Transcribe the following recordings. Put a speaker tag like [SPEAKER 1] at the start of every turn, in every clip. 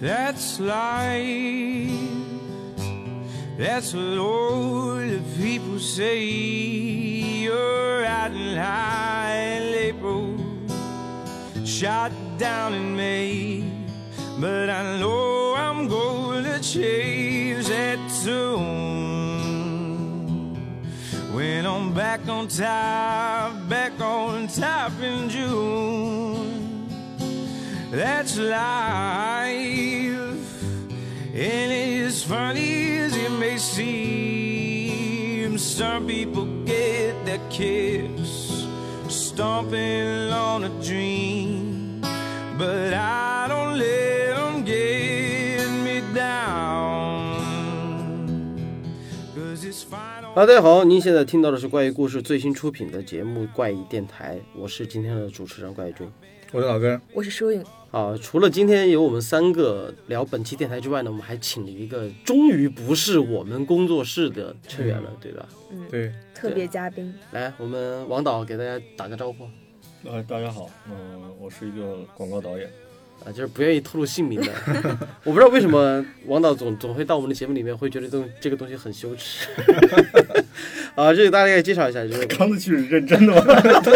[SPEAKER 1] That's life. That's what all the people say. You're out in high and April, shot down in May. But I know I'm going to chase that tune. When I'm back on top, back on top in June. That's life. And as funny as it may seem, some people get their kicks stomping on a dream. But I don't let 'em get me down. Cause it's fine. on-
[SPEAKER 2] 哈喽，大家好，您现在听到的是怪异故事最新出品的节目《怪异电台》，我是今天的主持人怪异君。
[SPEAKER 3] 我是老根，
[SPEAKER 4] 我是舒颖，
[SPEAKER 2] 啊，除了今天有我们三个聊本期电台之外呢，我们还请了一个终于不是我们工作室的成员
[SPEAKER 5] 嗯
[SPEAKER 2] 了，对吧？
[SPEAKER 3] 对，
[SPEAKER 4] 特别嘉宾，
[SPEAKER 2] 来，我们王导给大家打个招呼
[SPEAKER 5] 呃，大家好，嗯、我是一个广告导演，
[SPEAKER 2] 啊，就是不愿意透露姓名的。 我不知道为什么王导总总会到我们的节目里面，会觉得这东这个东西很羞耻。 啊，这个大家也介绍一下，就是
[SPEAKER 5] 刚才去认真的吗？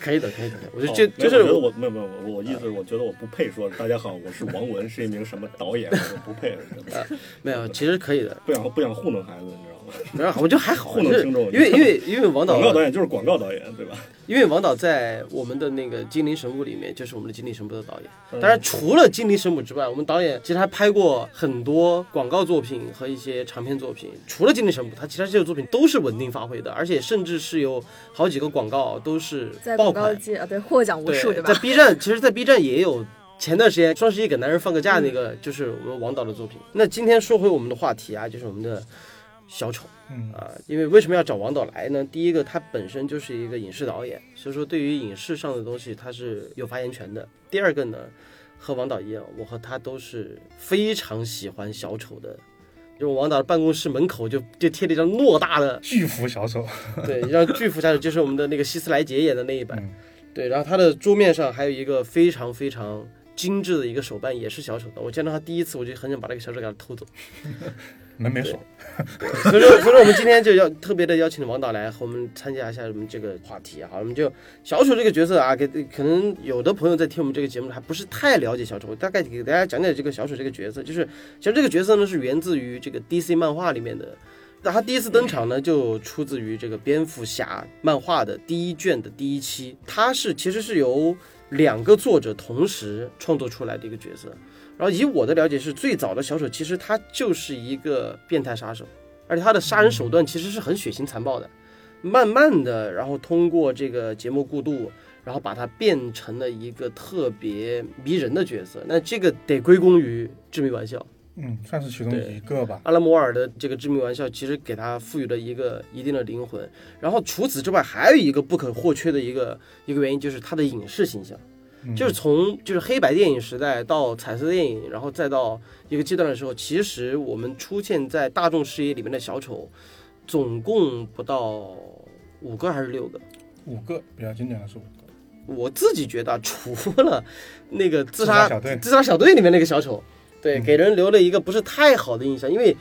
[SPEAKER 2] 可以的，可以的。我觉得这就
[SPEAKER 5] 哦没有我觉
[SPEAKER 2] 是
[SPEAKER 5] 得我没有没有，我我意思是我觉得我不配说大家好，我是王文，是一名什么导演，我不配，真的
[SPEAKER 2] 没有，其实可以的。
[SPEAKER 5] 不想不想糊弄孩子，你知道吗？
[SPEAKER 2] 没有，我觉得还好，
[SPEAKER 5] 糊
[SPEAKER 2] 就
[SPEAKER 5] 弄
[SPEAKER 2] 是
[SPEAKER 5] 听众
[SPEAKER 2] 因为因为因为王导
[SPEAKER 5] 广告导演就是广告导演，对吧？
[SPEAKER 2] 因为王导在我们的那个《精灵神捕》里面就是我们的《精灵神捕》的导演。
[SPEAKER 5] 嗯
[SPEAKER 2] 当然，除了《精灵神捕》之外，我们导演其实还拍过很多广告作品和一些长片作品。除了《精灵神捕》，他其他这些作品都是稳定发挥的，而且甚至是有好几个广告都是
[SPEAKER 4] 在
[SPEAKER 2] 爆
[SPEAKER 4] 广告
[SPEAKER 2] 款。
[SPEAKER 4] 界啊，对，获奖无
[SPEAKER 2] 对
[SPEAKER 4] 数，对吧
[SPEAKER 2] 在？B 站，其实，在 B 站也有。前段时间双十一给男人放个假，
[SPEAKER 4] 嗯
[SPEAKER 2] 那个就是我们王导的作品。那今天说回我们的话题啊，就是我们的小丑。
[SPEAKER 3] 嗯，，
[SPEAKER 2] 啊，因为为什么要找王导来呢？第一个，他本身就是一个影视导演，所以说对于影视上的东西他是有发言权的。第二个呢，和王导一样，我和他都是非常喜欢小丑的。就我王导的办公室门口就就贴了一张偌大的
[SPEAKER 3] 巨幅小丑，
[SPEAKER 2] 对，一张巨幅小丑，就是我们的那个希斯莱杰演的那一版。
[SPEAKER 3] 嗯
[SPEAKER 2] 对，然后他的桌面上还有一个非常非常精致的一个手办，也是小丑的。我见到他第一次，我就很想把那个小丑给他偷走。
[SPEAKER 3] 门没锁，
[SPEAKER 2] 所以说，所以说我们今天就要特别的邀请王导来和我们参加一下我们这个话题啊。好，我们就小丑这个角色啊，给可能有的朋友在听我们这个节目还不是太了解小丑，我大概给大家讲讲这个小丑这个角色。就是其实这个角色呢是源自于这个 DC 漫画里面的，那他第一次登场呢就出自于这个蝙蝠侠漫画的第一卷的第一期，他是其实是由两个作者同时创作出来的一个角色。然后以我的了解是，最早的小丑其实他就是一个变态杀手，而且他的杀人手段其实是很血腥残暴的。慢慢的，然后通过这个节目过渡，然后把他变成了一个特别迷人的角色。那这个得归功于《致命玩笑》，
[SPEAKER 3] 嗯，算是其中
[SPEAKER 2] 对
[SPEAKER 3] 一个吧。
[SPEAKER 2] 阿拉摩尔的这个《致命玩笑》其实给他赋予了一个一定的灵魂。然后除此之外，还有一个不可或缺的一个一个原因就是他的影视形象。
[SPEAKER 3] 嗯
[SPEAKER 2] 就是从就是黑白电影时代到彩色电影，然后再到一个阶段的时候，其实我们出现在大众视野里面的小丑，总共不到五个还是六个。
[SPEAKER 3] 五个比较经典的是五个，
[SPEAKER 2] 我自己觉得啊，除了那个自
[SPEAKER 3] 杀
[SPEAKER 2] 杀
[SPEAKER 3] 小队
[SPEAKER 2] 自杀小队里面那个小丑，对，
[SPEAKER 3] 嗯
[SPEAKER 2] 给人留了一个不是太好的印象，因为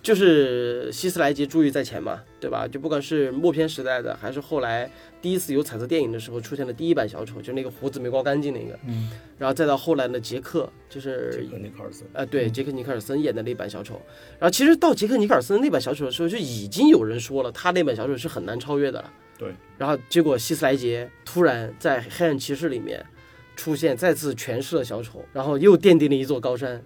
[SPEAKER 2] 就是希斯莱杰注意在前嘛，对吧？就不管是默片时代的，还是后来第一次有彩色电影的时候出现的第一版小丑，就那个胡子没刮干净那个。
[SPEAKER 3] 嗯，
[SPEAKER 2] 然后再到后来的杰克，就是
[SPEAKER 5] 杰克尼克尔森，
[SPEAKER 2] 呃，对，杰克尼克尔森演的那版小丑。然后其实到杰克尼克尔森那版小丑的时候，就已经有人说了，他那版小丑是很难超越的了。
[SPEAKER 5] 对。
[SPEAKER 2] 然后结果希斯莱杰突然在《黑暗骑士》里面出现，再次诠释了小丑，然后又奠定了一座高山，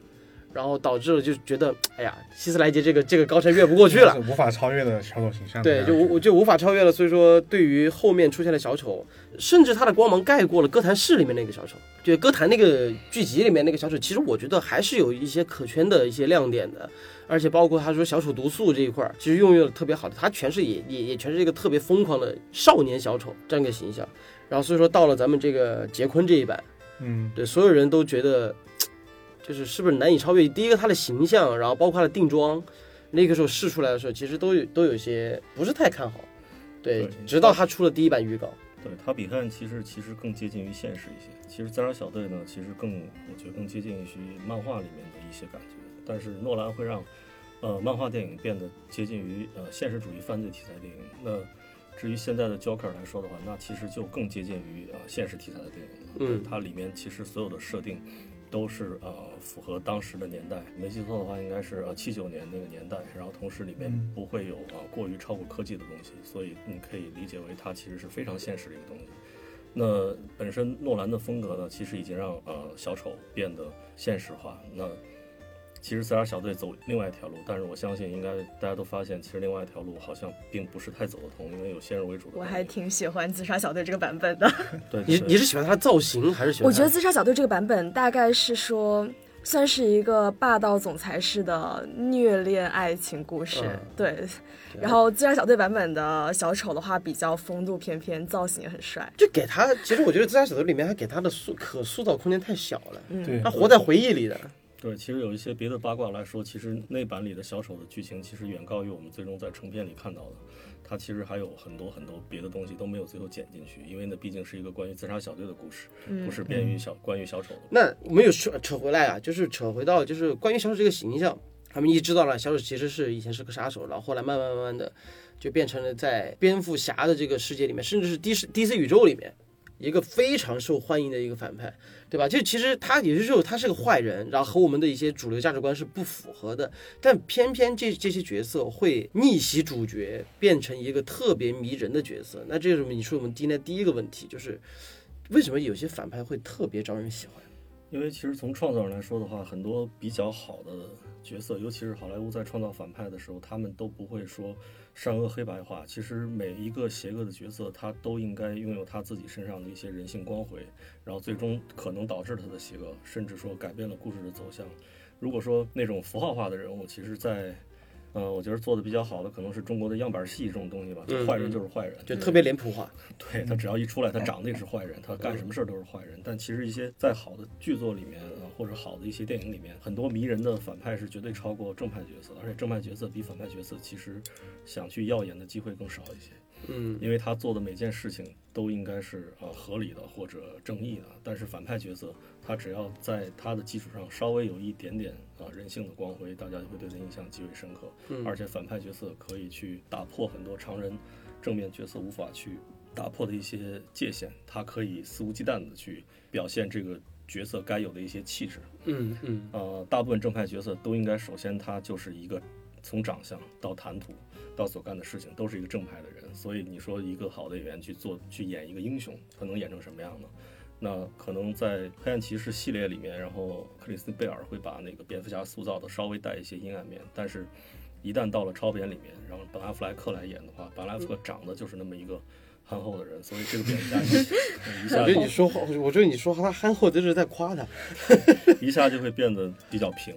[SPEAKER 2] 然后导致了就觉得，哎呀，希斯莱杰这个这个高山越不过
[SPEAKER 3] 过
[SPEAKER 2] 去 了。，
[SPEAKER 3] 无法超越的小丑形象。
[SPEAKER 2] 对，就
[SPEAKER 3] 啊吧
[SPEAKER 2] 无我就无法超越了。所以说，对于后面出现的小丑，甚至他的光芒盖过了哥谭市里面那个小丑，就哥谭那个剧集里面那个小丑，其实我觉得还是有一些可圈的一些亮点的。而且包括他说小丑毒素这一块儿，其实运用的特别好的，他诠释也也也诠释一个特别疯狂的少年小丑这样一个形象。然后所以说到了咱们这个杰昆这一版，
[SPEAKER 3] 嗯，
[SPEAKER 2] 对，所有人都觉得，就是是不是难以超越？第一个他的形象，然后包括他的定妆，那个时候试出来的时候，其实都有都有些不是太看好。对，
[SPEAKER 5] 对
[SPEAKER 2] 直到他出了第一版预告，
[SPEAKER 5] 对他比汉其实其实更接近于现实一些。其实《自杀小队》呢，其实更我觉得更接近于漫画里面的一些感觉。但是诺兰会让呃漫画电影变得接近于呃现实主义犯罪题材电影。那至于现在的 Joker 来说的话，那其实就更接近于呃现实题材的电影了。
[SPEAKER 2] 嗯
[SPEAKER 5] 它里面其实所有的设定都是呃符合当时的年代。没记错的话，应该是呃七九年那个年代。然后同时里面
[SPEAKER 3] 嗯
[SPEAKER 5] 不会有呃过于超过科技的东西，所以你可以理解为它其实是非常现实的一个东西。那本身诺兰的风格呢，其实已经让呃小丑变得现实化。那其实自杀小队走另外一条路，但是我相信应该大家都发现，其实另外一条路好像并不是太走得通，因为有先入为主的东西。
[SPEAKER 4] 我还挺喜欢《自杀小队》这个版本的。
[SPEAKER 5] 对，
[SPEAKER 2] 你
[SPEAKER 5] 对
[SPEAKER 2] 你是喜欢他的造型还是喜欢
[SPEAKER 4] 我
[SPEAKER 2] 他？
[SPEAKER 4] 觉得《自杀小队》这个版本大概是说，算是一个霸道总裁式的虐恋爱情故事。
[SPEAKER 2] 嗯
[SPEAKER 4] 对，然后《自杀小队》版本的小丑的话比较风度翩翩，造型也很帅。
[SPEAKER 2] 就给他，其实我觉得《自杀小队》里面他给他的塑可塑造空间太小了，
[SPEAKER 3] 对
[SPEAKER 4] 嗯
[SPEAKER 2] 他，活在回忆里的。
[SPEAKER 5] 对，其实有一些别的八卦来说，其实那版里的小丑的剧情其实远高于我们最终在成片里看到的，它其实还有很多很多别的东西都没有最后剪进去，因为那毕竟是一个关于自杀小队的故事，不是便于小关于小丑的。
[SPEAKER 2] 那我们有扯扯回来啊，就是扯回到就是关于小丑这个形象，他们一知道了小丑其实是以前是个杀手，然后后来慢慢慢慢的就变成了在蝙蝠侠的这个世界里面，甚至是 DC DC 宇宙里面一个非常受欢迎的一个反派，对吧？就其实他也就是说他是个坏人，然后和我们的一些主流价值观是不符合的，但偏偏这这些角色会逆袭主角，变成一个特别迷人的角色。那这是你说我们今天第一个问题，就是为什么有些反派会特别招人喜欢？
[SPEAKER 5] 因为其实从创造上来说的话，很多比较好的角色，尤其是好莱坞在创造反派的时候，他们都不会说善恶黑白化。其实每一个邪恶的角色，他都应该拥有他自己身上的一些人性光辉，然后最终可能导致他的邪恶，甚至说改变了故事的走向。如果说那种符号化的人物，其实在，呃，我觉得做的比较好的可能是中国的样板戏这种东西吧，就
[SPEAKER 2] 嗯
[SPEAKER 5] 坏人就是坏人，
[SPEAKER 2] 就特别脸谱化。
[SPEAKER 5] 对他只要一出来，他长得也是坏人，他干什么事儿都是坏人。但其实一些在好的剧作里面啊，或者好的一些电影里面，很多迷人的反派是绝对超过正派角色，而且正派角色比反派角色其实想去耀眼的机会更少一些，
[SPEAKER 2] 嗯，
[SPEAKER 5] 因为他做的每件事情都应该是啊合理的或者正义的。但是反派角色，他只要在他的基础上稍微有一点点啊人性的光辉，大家就会对他印象极为深刻。
[SPEAKER 2] 嗯
[SPEAKER 5] 而且反派角色可以去打破很多常人正面角色无法去打破的一些界限，他可以肆无忌惮的去表现这个角色该有的一些气质。
[SPEAKER 2] 嗯嗯
[SPEAKER 5] 呃，大部分正派角色都应该首先他就是一个从长相到谈吐到所干的事情都是一个正派的人，所以你说一个好的演员去做去演一个英雄，他能演成什么样呢？那可能在黑暗骑士系列里面，然后克里斯贝尔会把那个蝙蝠侠塑造的稍微带一些阴暗面，但是，一旦到了超扁里面，然后本阿弗莱克来演的话，本阿弗莱克长得就是那么一个憨厚的人，所以这个蝙蝠侠 一下
[SPEAKER 2] 我觉得你说话，我觉得你说他憨厚，就是在夸他。
[SPEAKER 5] 一下就会变得比较平，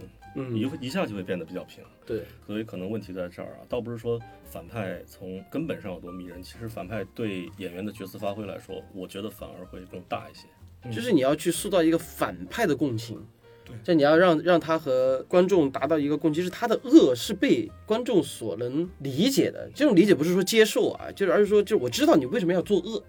[SPEAKER 5] 一
[SPEAKER 2] 嗯，
[SPEAKER 5] 一下就会变得比较平。
[SPEAKER 2] 对，
[SPEAKER 5] 所以可能问题在这儿啊，倒不是说反派从根本上有多迷人，其实反派对演员的角色发挥来说，我觉得反而会更大一些。
[SPEAKER 2] 就是你要去塑造一个反派的共情。
[SPEAKER 3] 对
[SPEAKER 2] 就你要让让他和观众达到一个共情，就是他的恶是被观众所能理解的。这种理解不是说接受啊，就是而是说，就是我知道你为什么要作恶。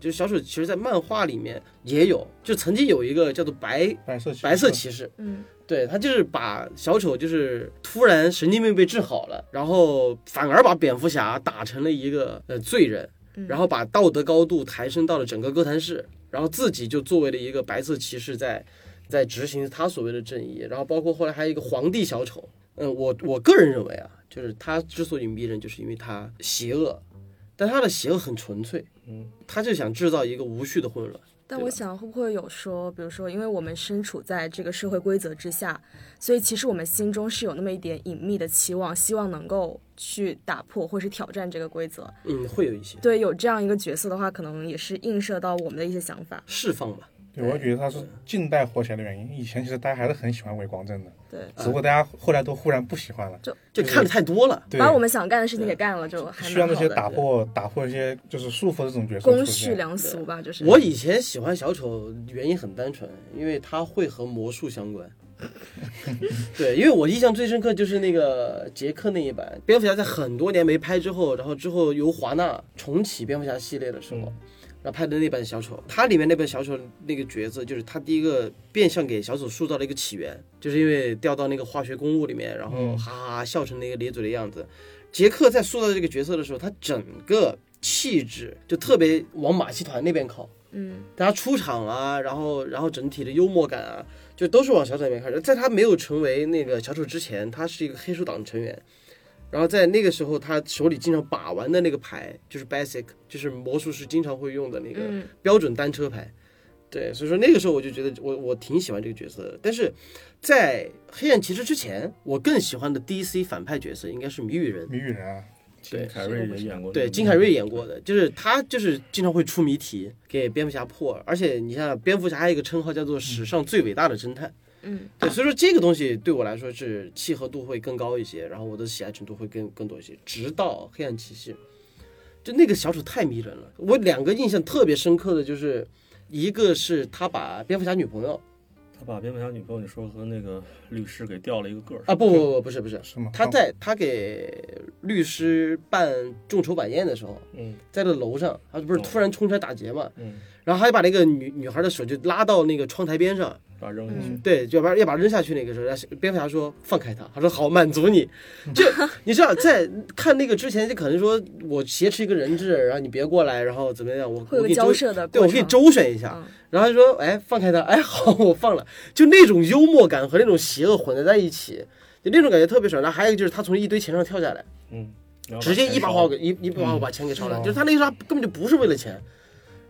[SPEAKER 2] 就是小丑，其实，在漫画里面也有，就曾经有一个叫做白
[SPEAKER 3] 白色骑
[SPEAKER 2] 白色
[SPEAKER 3] 士
[SPEAKER 2] 骑士，
[SPEAKER 4] 嗯，
[SPEAKER 2] 对他就是把小丑就是突然神经病被治好了，然后反而把蝙蝠侠打成了一个呃罪人，然后把道德高度抬升到了整个哥谭市，然后自己就作为了一个白色骑士在在执行他所谓的正义，然后包括后来还有一个皇帝小丑，嗯，我我个人认为啊，就是他之所以迷人，就是因为他邪恶，但他的邪恶很纯粹，
[SPEAKER 5] 嗯，
[SPEAKER 2] 他就想制造一个无序的混乱，
[SPEAKER 4] 但
[SPEAKER 2] 对
[SPEAKER 4] 我
[SPEAKER 2] 吧
[SPEAKER 4] 想，会不会有说，比如说，因为我们身处在这个社会规则之下，所以其实我们心中是有那么一点隐秘的期望，希望能够去打破或是挑战这个规则。
[SPEAKER 2] 嗯，会有一些
[SPEAKER 4] 对，有这样一个角色的话，可能也是映射到我们的一些想法。
[SPEAKER 2] 释放吧，
[SPEAKER 3] 对，我觉得他是近代火起来的原因。以前其实大家还是很喜欢伪光正的，
[SPEAKER 4] 对，
[SPEAKER 3] 只不过大家后来都忽然不喜欢了。
[SPEAKER 2] 就看的太多了。
[SPEAKER 3] 对，
[SPEAKER 4] 把我们想干的事情给干了，就还
[SPEAKER 3] 需要那
[SPEAKER 4] 蛮好
[SPEAKER 3] 些
[SPEAKER 4] 的
[SPEAKER 3] 打破打破一些就是束缚的这种角色
[SPEAKER 4] 公
[SPEAKER 3] 出
[SPEAKER 4] 序
[SPEAKER 3] 现。
[SPEAKER 4] 良俗吧，就是
[SPEAKER 2] 我以前喜欢小丑原因很单纯，因为他会和魔术相关。 对，因为我印象最深刻就是那个杰克那一版，
[SPEAKER 4] 嗯
[SPEAKER 2] 蝙蝠侠在很多年没拍之后，然后之后由华纳重启蝙蝠侠系列的时候，然后拍的那版小丑，他里面那版小丑那个角色，就是他第一个变相给小丑塑造了一个起源，就是因为掉到那个化学公物里面，然后
[SPEAKER 3] 嗯
[SPEAKER 2] 哈哈哈笑成那个咧嘴的样子。杰克在塑造这个角色的时候，他整个气质就特别往马戏团那边靠，
[SPEAKER 4] 嗯
[SPEAKER 2] 但他出场啊，然后然后整体的幽默感啊，就都是往小丑那边看。在他没有成为那个小丑之前，他是一个黑手党的成员。然后在那个时候，他手里经常把玩的那个牌就是 basic，就是魔术师经常会用的那个
[SPEAKER 4] 嗯
[SPEAKER 2] 标准单车牌。对，所以说那个时候我就觉得我我挺喜欢这个角色的，但是在黑暗骑士之前，我更喜欢的 DC 反派角色应该是谜语人。
[SPEAKER 3] 谜语人啊，
[SPEAKER 5] 金凯瑞也演过那个，
[SPEAKER 2] 对，金凯瑞演过的，就是他就是经常会出谜题给蝙蝠侠破，而且你像蝙蝠侠还有一个称号叫做史上最伟大的侦探，
[SPEAKER 4] 嗯，
[SPEAKER 2] 对，所以说这个东西对我来说是契合度会更高一些，然后我的喜爱程度会更更多一些，直到黑暗骑士，就那个小丑太迷人了，我两个印象特别深刻的就是。一个是他把蝙蝠侠女朋友
[SPEAKER 5] 他把蝙蝠侠女朋友你说和那个律师给掉了一个个儿
[SPEAKER 2] 啊，不不不不是不是，
[SPEAKER 3] 是吗？哦
[SPEAKER 2] 他在他给律师办众筹晚宴的时候，
[SPEAKER 5] 嗯
[SPEAKER 2] 在那楼上，他不是
[SPEAKER 5] 哦
[SPEAKER 2] 突然冲出来打劫嘛，
[SPEAKER 5] 嗯，
[SPEAKER 2] 然后他就把那个女女孩的手就拉到那个窗台边上，
[SPEAKER 5] 把扔进去，
[SPEAKER 4] 嗯
[SPEAKER 2] 对，就要把要把扔下去那个时候，然后蝙蝠侠说放开他，他说好，满足你。 就你知道，在看那个之前，就可能说我挟持一个人质，然后你别过来，然后怎么样，我
[SPEAKER 4] 会
[SPEAKER 2] 我给
[SPEAKER 4] 有个
[SPEAKER 2] 你
[SPEAKER 4] 交
[SPEAKER 2] 周，
[SPEAKER 4] 涉的
[SPEAKER 2] 对我
[SPEAKER 4] 过程。
[SPEAKER 2] 给你周旋一下。
[SPEAKER 4] 嗯
[SPEAKER 2] 然后他说，哎，放开他，哎，好，我放了。就那种幽默感和那种邪恶混杂在一起，就那种感觉特别爽。然后还有一个就是他从一堆钱上跳下来。
[SPEAKER 5] 嗯，然后
[SPEAKER 2] 直接
[SPEAKER 5] 把
[SPEAKER 2] 一
[SPEAKER 5] 钱
[SPEAKER 2] 把
[SPEAKER 5] 烧
[SPEAKER 2] 火
[SPEAKER 5] 了
[SPEAKER 2] 给一一把火把钱给烧了，
[SPEAKER 3] 嗯
[SPEAKER 2] 就是他那个时候他根本就不是为了钱，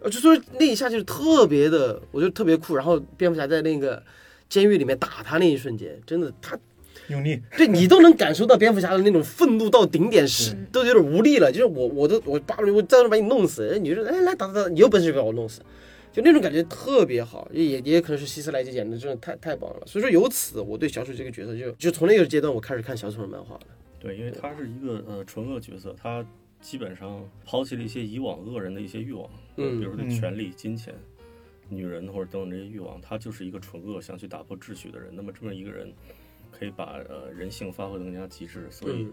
[SPEAKER 2] 呃，就说那一下就是特别的，我觉得特别酷。然后蝙蝠侠在那个监狱里面打他那一瞬间，真的他
[SPEAKER 3] 用力，
[SPEAKER 2] 对你都能感受到蝙蝠侠的那种愤怒到顶点时，都有点无力了。就是我我都我扒了我在那把你弄死，哎你就说哎来打打打，你有本事就把我弄死。就那种感觉特别好，也也也可能是希斯莱杰演的，真的太太棒了。所以说，由此我对小丑这个角色就就从那个阶段我开始看小丑的漫画了。
[SPEAKER 5] 对，因为他是一个呃纯恶角色，他基本上抛弃了一些以往恶人的一些欲望，
[SPEAKER 2] 嗯
[SPEAKER 5] 比如说对
[SPEAKER 3] 嗯
[SPEAKER 5] 权力、金钱、女人或者等等这些欲望，他就是一个纯恶，想去打破秩序的人。那么这么一个人，可以把呃人性发挥得更加极致，所以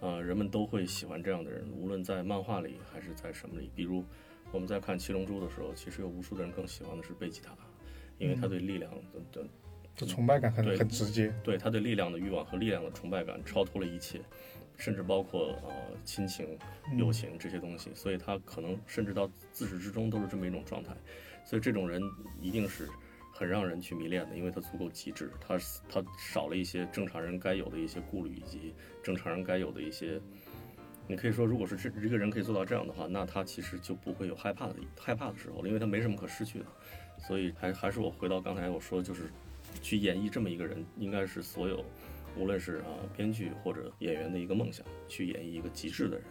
[SPEAKER 2] 嗯
[SPEAKER 5] 啊、呃人们都会喜欢这样的人，无论在漫画里还是在什么里。比如我们在看《七龙珠》的时候，其实有无数的人更喜欢的是贝吉塔，因为他对力量的的
[SPEAKER 3] 这崇拜感很
[SPEAKER 5] 对
[SPEAKER 3] 很直接，
[SPEAKER 5] 对他对力量的欲望和力量的崇拜感超脱了一切，甚至包括呃亲情、友情这些东西，所以他可能甚至到自始至终都是这么一种状态，所以这种人一定是很让人去迷恋的，因为他足够极致，他他少了一些正常人该有的一些顾虑以及正常人该有的一些。你可以说，如果是这一个人可以做到这样的话，那他其实就不会有害怕的害怕的时候了，因为他没什么可失去的。所以还还是我回到刚才我说，就是去演绎这么一个人，应该是所有无论是啊编剧或者演员的一个梦想，去演绎一个极致的人。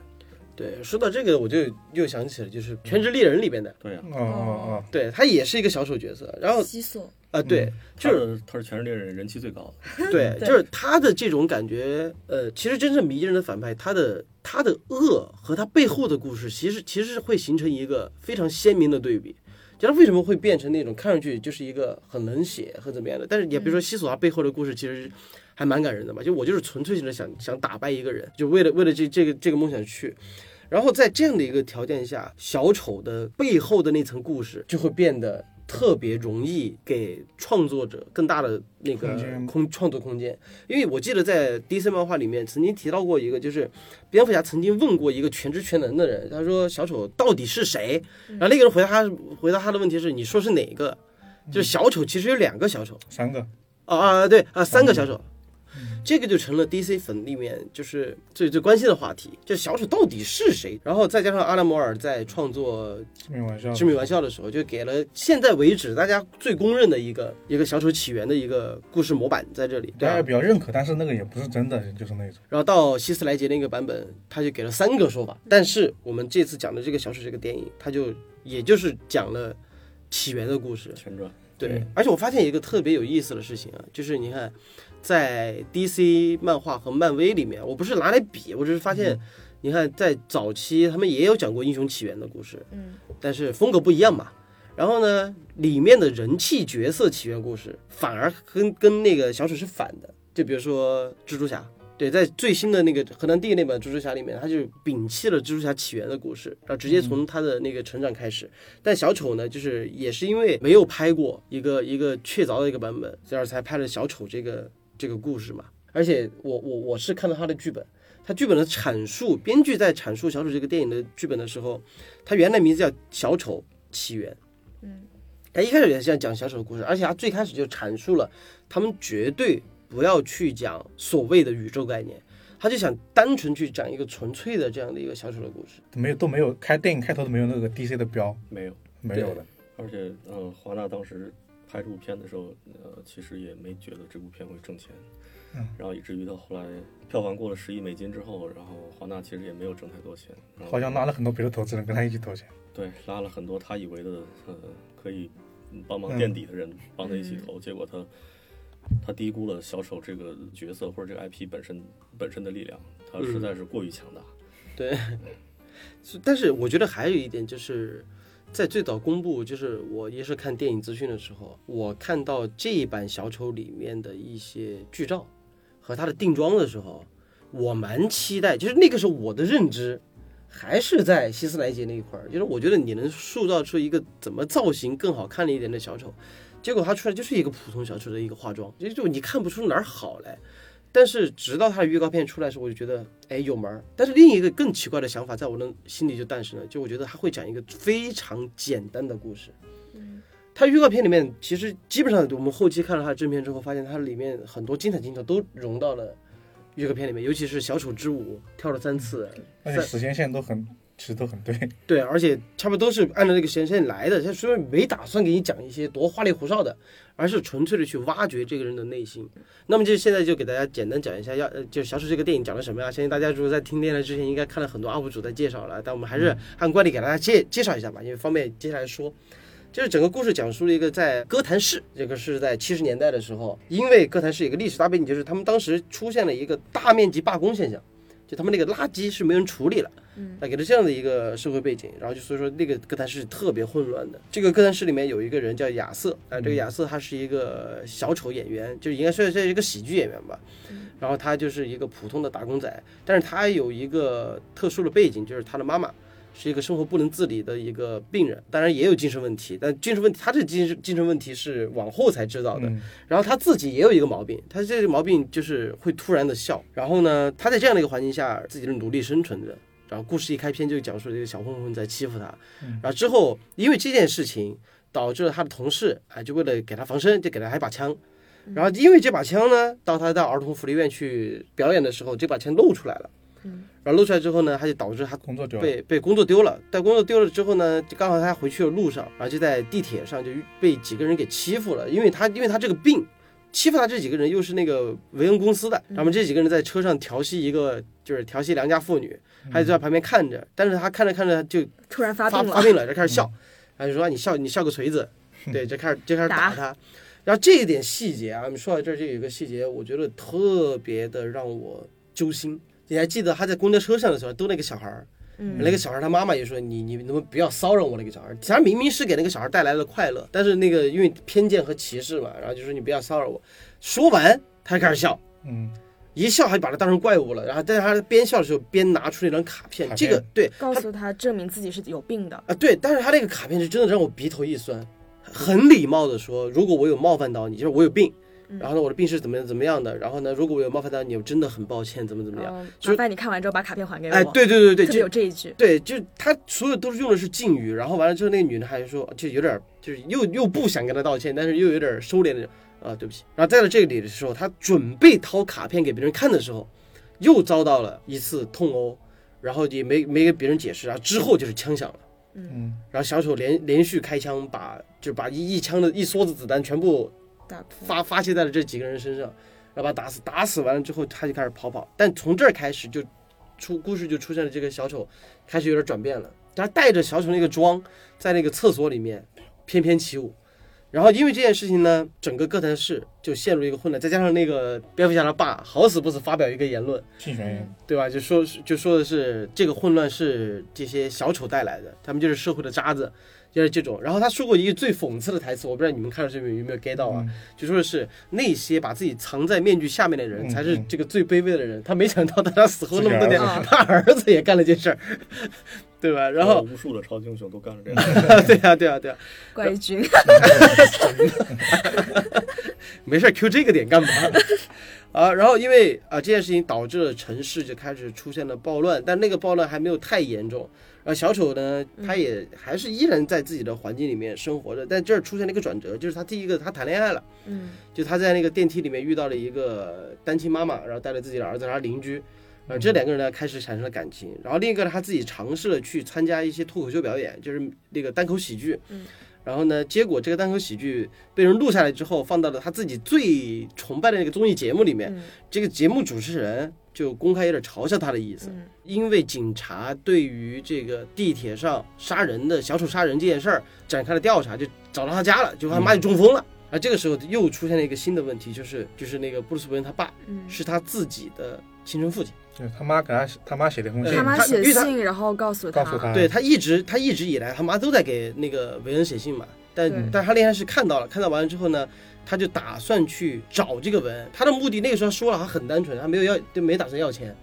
[SPEAKER 2] 对，说到这个，我就又想起了，就是《全职猎人》里边的，
[SPEAKER 5] 对呀、
[SPEAKER 3] 嗯，哦
[SPEAKER 2] 对他也是一个小丑角色。然后，
[SPEAKER 4] 西索，
[SPEAKER 2] 呃，对，
[SPEAKER 5] 他
[SPEAKER 2] 就是
[SPEAKER 5] 是他是全世界人人气最高的，
[SPEAKER 2] 对，
[SPEAKER 4] 对
[SPEAKER 2] 就是他的这种感觉，呃，其实真正迷人的反派，他的他的恶和他背后的故事，其实其实是会形成一个非常鲜明的对比。就他为什么会变成那种看上去就是一个很冷血、很怎么样的？但是也比如说西索他背后的故事，其实还蛮感人的吧。就我就是纯粹性的想想打败一个人，就为了为了这这个这个梦想去。然后在这样的一个条件下，小丑的背后的那层故事就会变得特别容易给创作者更大的那个
[SPEAKER 3] 空间
[SPEAKER 2] 空创作空间。因为我记得在 DC 漫画里面曾经提到过一个，就是蝙蝠侠曾经问过一个全知全能的人，他说小丑到底是谁？然后那个人回答他回答他的问题是你说是哪个？就是小丑其实有两个小丑，
[SPEAKER 3] 三个，
[SPEAKER 2] 啊啊对啊，三个小丑，这个就成了 DC 粉里面就是最最关心的话题，就小丑到底是谁？然后再加上阿拉摩尔在创作
[SPEAKER 3] 致命玩笑，
[SPEAKER 2] 《致命玩笑》的时候，就给了现在为止大家最公认的一个一个小丑起源的一个故事模板在这里，对
[SPEAKER 3] 大
[SPEAKER 2] 啊
[SPEAKER 3] 家比较认可，但是那个也不是真的，就是那种，
[SPEAKER 2] 然后到希斯莱杰那个版本，他就给了三个说法，但是我们这次讲的这个小丑这个电影，他就也就是讲了起源的故事，
[SPEAKER 5] 全传。
[SPEAKER 2] 对
[SPEAKER 3] 对，
[SPEAKER 2] 而且我发现一个特别有意思的事情啊，就是你看，在 DC 漫画和漫威里面，我不是拿来比，我只是发现，你看在早期他们也有讲过英雄起源的故事，
[SPEAKER 4] 嗯，
[SPEAKER 2] 但是风格不一样嘛。然后呢，里面的人气角色起源故事反而跟跟那个小丑是反的，就比如说蜘蛛侠，对，在最新的那个河南弟那本《蜘蛛侠》里面，他就摒弃了蜘蛛侠起源的故事，然后直接从他的那个成长开始。但小丑呢，就是也是因为没有拍过一个一个确凿的一个版本，所以才拍了小丑这个这个故事嘛。而且我我我是看到他的剧本，他剧本的阐述，编剧在阐述小丑这个电影的剧本的时候，他原来名字叫《小丑起源》，
[SPEAKER 4] 嗯，
[SPEAKER 2] 他一开始也是这样讲小丑的故事，而且他最开始就阐述了他们绝对不要去讲所谓的宇宙概念，他就想单纯去讲一个纯粹的这样的一个小丑的故事。
[SPEAKER 3] 没有都没有开电影开头都没有那个 DC 的标，
[SPEAKER 5] 没有。
[SPEAKER 3] 没有的。
[SPEAKER 5] 而且，嗯，华纳当时拍这部片的时候，呃，其实也没觉得这部片会挣钱，
[SPEAKER 3] 嗯
[SPEAKER 5] 然后以至于到后来票房过了十亿美金之后，然后华纳其实也没有挣太多钱，然后
[SPEAKER 3] 好像拉了很多别的投资人跟他一起投钱，
[SPEAKER 5] 对拉了很多他以为的呃可以嗯帮忙
[SPEAKER 3] 嗯
[SPEAKER 5] 垫底的人帮他一
[SPEAKER 2] 嗯
[SPEAKER 5] 起投，结果他他低估了小丑这个角色或者这个 IP 本身本身的力量，他实在是过于强大。
[SPEAKER 2] 是但是我觉得还有一点就是，在最早公布，就是我也是看电影资讯的时候，我看到这一版小丑里面的一些剧照和它的定妆的时候，我蛮期待，就是那个时候我的认知。还是在希斯莱杰那一块儿，就是我觉得你能塑造出一个怎么造型更好看了一点的小丑，结果他出来就是一个普通小丑的一个化妆，就就你看不出哪儿好来。但是直到他的预告片出来的时候，我就觉得，哎，有门儿。但是另一个更奇怪的想法在我的心里就诞生了，就我觉得他会讲一个非常简单的故事。他预告片里面其实基本上我们后期看了他的正片之后，发现他里面很多精彩镜头都融到了预告片里面，尤其是小丑之舞跳了三次，
[SPEAKER 3] 而且时间线都很，其实都很对。
[SPEAKER 2] 对，而且差不多都是按照这个时间线来的，他虽然没打算给你讲一些多花里胡哨的，而是纯粹的去挖掘这个人的内心。那么就现在就给大家简单讲一下，要呃就小丑这个电影讲的什么呀？相信大家如果在听电台之前，应该看了很多 UP 主在介绍了，但我们还是按惯例给大家介介绍一下吧，因为方便接下来说。就是整个故事讲述了一个在哥谭市，这个是在七十年代的时候，因为哥谭市有一个历史大背景，就是他们当时出现了一个大面积罢工现象，就他们那个垃圾是没人处理了。那给了这样的一个社会背景，然后就所以说那个哥谭市特别混乱的。这个哥谭市里面有一个人叫亚瑟，啊、这个亚瑟他是一个小丑演员，就应该算是一个喜剧演员吧。然后他就是一个普通的打工仔，但是他有一个特殊的背景，就是他的妈妈是一个生活不能自理的一个病人，当然也有精神问题，但精神问题他这精神精神问题是往后才知道的。
[SPEAKER 3] 嗯，
[SPEAKER 2] 然后他自己也有一个毛病，他这个毛病就是会突然的笑。然后呢，他在这样的一个环境下，自己是努力生存着。然后故事一开篇就讲述这个小混混在欺负他，然后之后因为这件事情导致了他的同事啊，就为了给他防身，就给他还把枪。然后因为这把枪呢，到他到儿童福利院去表演的时候，这把枪露出来了。然后露出来之后呢，他就导致他
[SPEAKER 3] 工作丢了，
[SPEAKER 2] 被被工作丢了，但工作丢了之后呢，就刚好他回去的路上，然后就在地铁上就被几个人给欺负了，因为他因为他这个病，欺负他这几个人又是那个维恩公司的，然后这几个人在车上调戏一个就是调戏良家妇女，他就在旁边看着，但是他看着看着就
[SPEAKER 4] 突然发病了，
[SPEAKER 2] 发病了，就开
[SPEAKER 3] 嗯
[SPEAKER 2] 始笑，然后就说你笑你笑个 锤子，对，就开始就开始打
[SPEAKER 4] 打
[SPEAKER 2] 他。然后这一点细节啊，我们说到这儿就有一个细节，我觉得特别的让我揪心。你还记得他在公交车上的时候逗那个小孩儿，
[SPEAKER 4] 嗯
[SPEAKER 2] 那个小孩儿他妈妈也说你你能不能不要骚扰我那个小孩儿？其实明明是给那个小孩儿带来了快乐，但是那个因为偏见和歧视嘛，然后就说你不要骚扰我。说完他就开始笑，
[SPEAKER 3] 嗯，
[SPEAKER 2] 一笑还把他当成怪物了。然后但是他边笑的时候边拿出那张卡片，
[SPEAKER 3] 卡
[SPEAKER 2] 这个
[SPEAKER 3] 片
[SPEAKER 2] 对
[SPEAKER 4] 告诉他证明自己是有病的，
[SPEAKER 2] 啊，对，但是他那个卡片是真的让我鼻头一酸，很礼貌的说，如果我有冒犯到你，就是我有病，
[SPEAKER 4] 嗯
[SPEAKER 2] 然后呢，我的病是怎么样怎么样的，然后呢，如果我有冒犯到你，我真的很抱歉，怎么怎么
[SPEAKER 4] 然
[SPEAKER 2] 样，
[SPEAKER 4] 后
[SPEAKER 2] 就
[SPEAKER 4] 嗯麻烦你看完之后把卡片还给我，
[SPEAKER 2] 哎，对对对对，
[SPEAKER 4] 哦特别有
[SPEAKER 2] 就
[SPEAKER 4] 这一句，
[SPEAKER 2] 对，就他所有都是用的是敬语，然后完了之后，那个女的还说，就有点就是又又不想跟他道歉，但是又有点收敛的啊，对不起。然后在到这里的时候，他准备掏卡片给别人看的时候，又遭到了一次痛殴，然后也没没给别人解释，然后之后就是枪响了。
[SPEAKER 3] 嗯，
[SPEAKER 2] 然后小丑连连续开枪把，就把一一枪的一梭子子弹全部
[SPEAKER 4] 打破
[SPEAKER 2] 发发泄在了这几个人身上，然后把他打死。打死完了之后，他就开始跑跑。但从这儿开始就出故事就出现了这个小丑开始有点转变了。他带着小丑那个妆，在那个厕所里面翩翩起舞。然后因为这件事情呢，整个哥谭市就陷入一个混乱，再加上那个蝙蝠侠的爸好死不死发表一个言论，
[SPEAKER 3] 竞选员，
[SPEAKER 2] 对吧？就说就说的是这个混乱是这些小丑带来的，他们就是社会的渣子。就是这种。然后他说过一个最讽刺的台词，我不知道你们看到这边有没有 get 到啊？
[SPEAKER 3] 嗯
[SPEAKER 2] 就说是那些把自己藏在面具下面的人
[SPEAKER 3] 嗯
[SPEAKER 2] 才是这个最卑微的人。他没想到他死后那么多年
[SPEAKER 3] 自
[SPEAKER 4] 己儿，子
[SPEAKER 2] 他儿子也干了这事儿，对吧？然
[SPEAKER 3] 哦
[SPEAKER 2] 后
[SPEAKER 5] 无数的超级英雄都干了这样的事。
[SPEAKER 2] 对呀、对呀、啊对呀、
[SPEAKER 4] 怪军，
[SPEAKER 2] 没事儿 Q 这个点干嘛？ 啊，然后因为啊、这件事情导致了城市就开始出现了暴乱，但那个暴乱还没有太严重。而小丑呢，他也还是依然在自己的环境里面生活着，但这儿出现了一个转折，就是他第一个他谈恋爱了，
[SPEAKER 4] 嗯
[SPEAKER 2] 就他在那个电梯里面遇到了一个单亲妈妈，然后带着自己的儿子，他邻居，呃，
[SPEAKER 4] 嗯
[SPEAKER 2] 这两个人呢开始产生了感情。然后另一个呢，他自己尝试了去参加一些脱口秀表演，就是那个单口喜剧。
[SPEAKER 4] 嗯。
[SPEAKER 2] 然后呢，结果这个单口喜剧被人录下来之后，放到了他自己最崇拜的那个综艺节目里面。
[SPEAKER 4] 嗯
[SPEAKER 2] 这个节目主持人就公开有点嘲笑他的意思，
[SPEAKER 4] 嗯
[SPEAKER 2] 因为警察对于这个地铁上杀人的小丑杀人这件事儿展开了调查，就找到他家了，就他妈就中风了。啊，这个时候又出现了一个新的问题，就是就是那个布鲁斯·韦恩他爸
[SPEAKER 4] 嗯，
[SPEAKER 2] 是他自己的亲生父亲，
[SPEAKER 3] 就是他妈给他他妈写了一封信，
[SPEAKER 4] 他妈
[SPEAKER 2] 他
[SPEAKER 4] 写
[SPEAKER 2] 因为他
[SPEAKER 4] 信，然后告诉
[SPEAKER 3] 告诉他，
[SPEAKER 2] 对他一直他一直以来他妈都在给那个韦恩写信嘛，但
[SPEAKER 4] 对
[SPEAKER 2] 但他那天是看到了，看到完了之后呢，他就打算去找这个文，他的目的那个时候说了，他很单纯，他没有要就没打算要钱，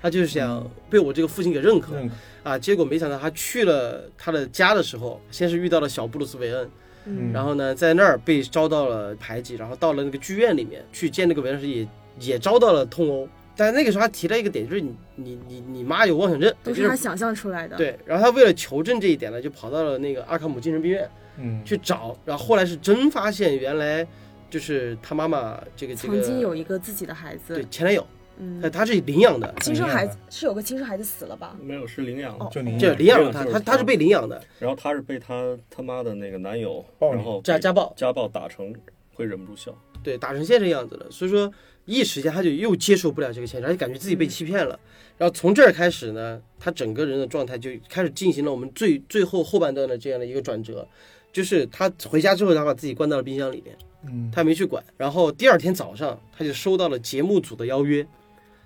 [SPEAKER 2] 他就是想被我这个父亲给认可
[SPEAKER 3] 认可
[SPEAKER 2] 啊。结果没想到他去了他的家的时候，先是遇到了小布鲁斯韦恩，
[SPEAKER 4] 嗯
[SPEAKER 2] 然后呢在那儿被遭到了排挤，然后到了那个剧院里面去见那个韦恩时也也遭到了痛殴。但那个时候他提了一个点，就是你你你你妈有妄想症，
[SPEAKER 4] 都
[SPEAKER 2] 就是
[SPEAKER 4] 他想象出来的，，
[SPEAKER 2] 对，然后他为了求证这一点呢，就跑到了那个阿卡姆精神病院
[SPEAKER 3] 嗯，
[SPEAKER 2] 去找，然后后来是真发现原来就是他妈妈这个这个
[SPEAKER 4] 曾经有一个自己的孩
[SPEAKER 2] 对
[SPEAKER 4] 子，
[SPEAKER 2] 前男友，
[SPEAKER 4] 嗯
[SPEAKER 2] 呃，，他是领养的，
[SPEAKER 4] 亲生孩子
[SPEAKER 3] 领
[SPEAKER 4] 是有个亲生孩子死了吧？
[SPEAKER 5] 没有是领养的，
[SPEAKER 2] 哦
[SPEAKER 3] 就你
[SPEAKER 2] 就是领养了他，
[SPEAKER 5] 就是
[SPEAKER 2] 他他是被领养的，
[SPEAKER 5] 然后他是被他他妈的那个男友，
[SPEAKER 3] 暴力
[SPEAKER 5] 然后被
[SPEAKER 2] 家家暴，
[SPEAKER 5] 家暴打成会忍不住笑。
[SPEAKER 2] 对，打成现在这样子了，所以说一时间他就又接受不了这个现实，而且感觉自己被欺骗了。然后从这儿开始呢，他整个人的状态就开始进行了我们最最后后半段的这样的一个转折，就是他回家之后，他把自己关到了冰箱里面。
[SPEAKER 3] 嗯，
[SPEAKER 2] 他没去管。然后第二天早上，他就收到了节目组的邀约，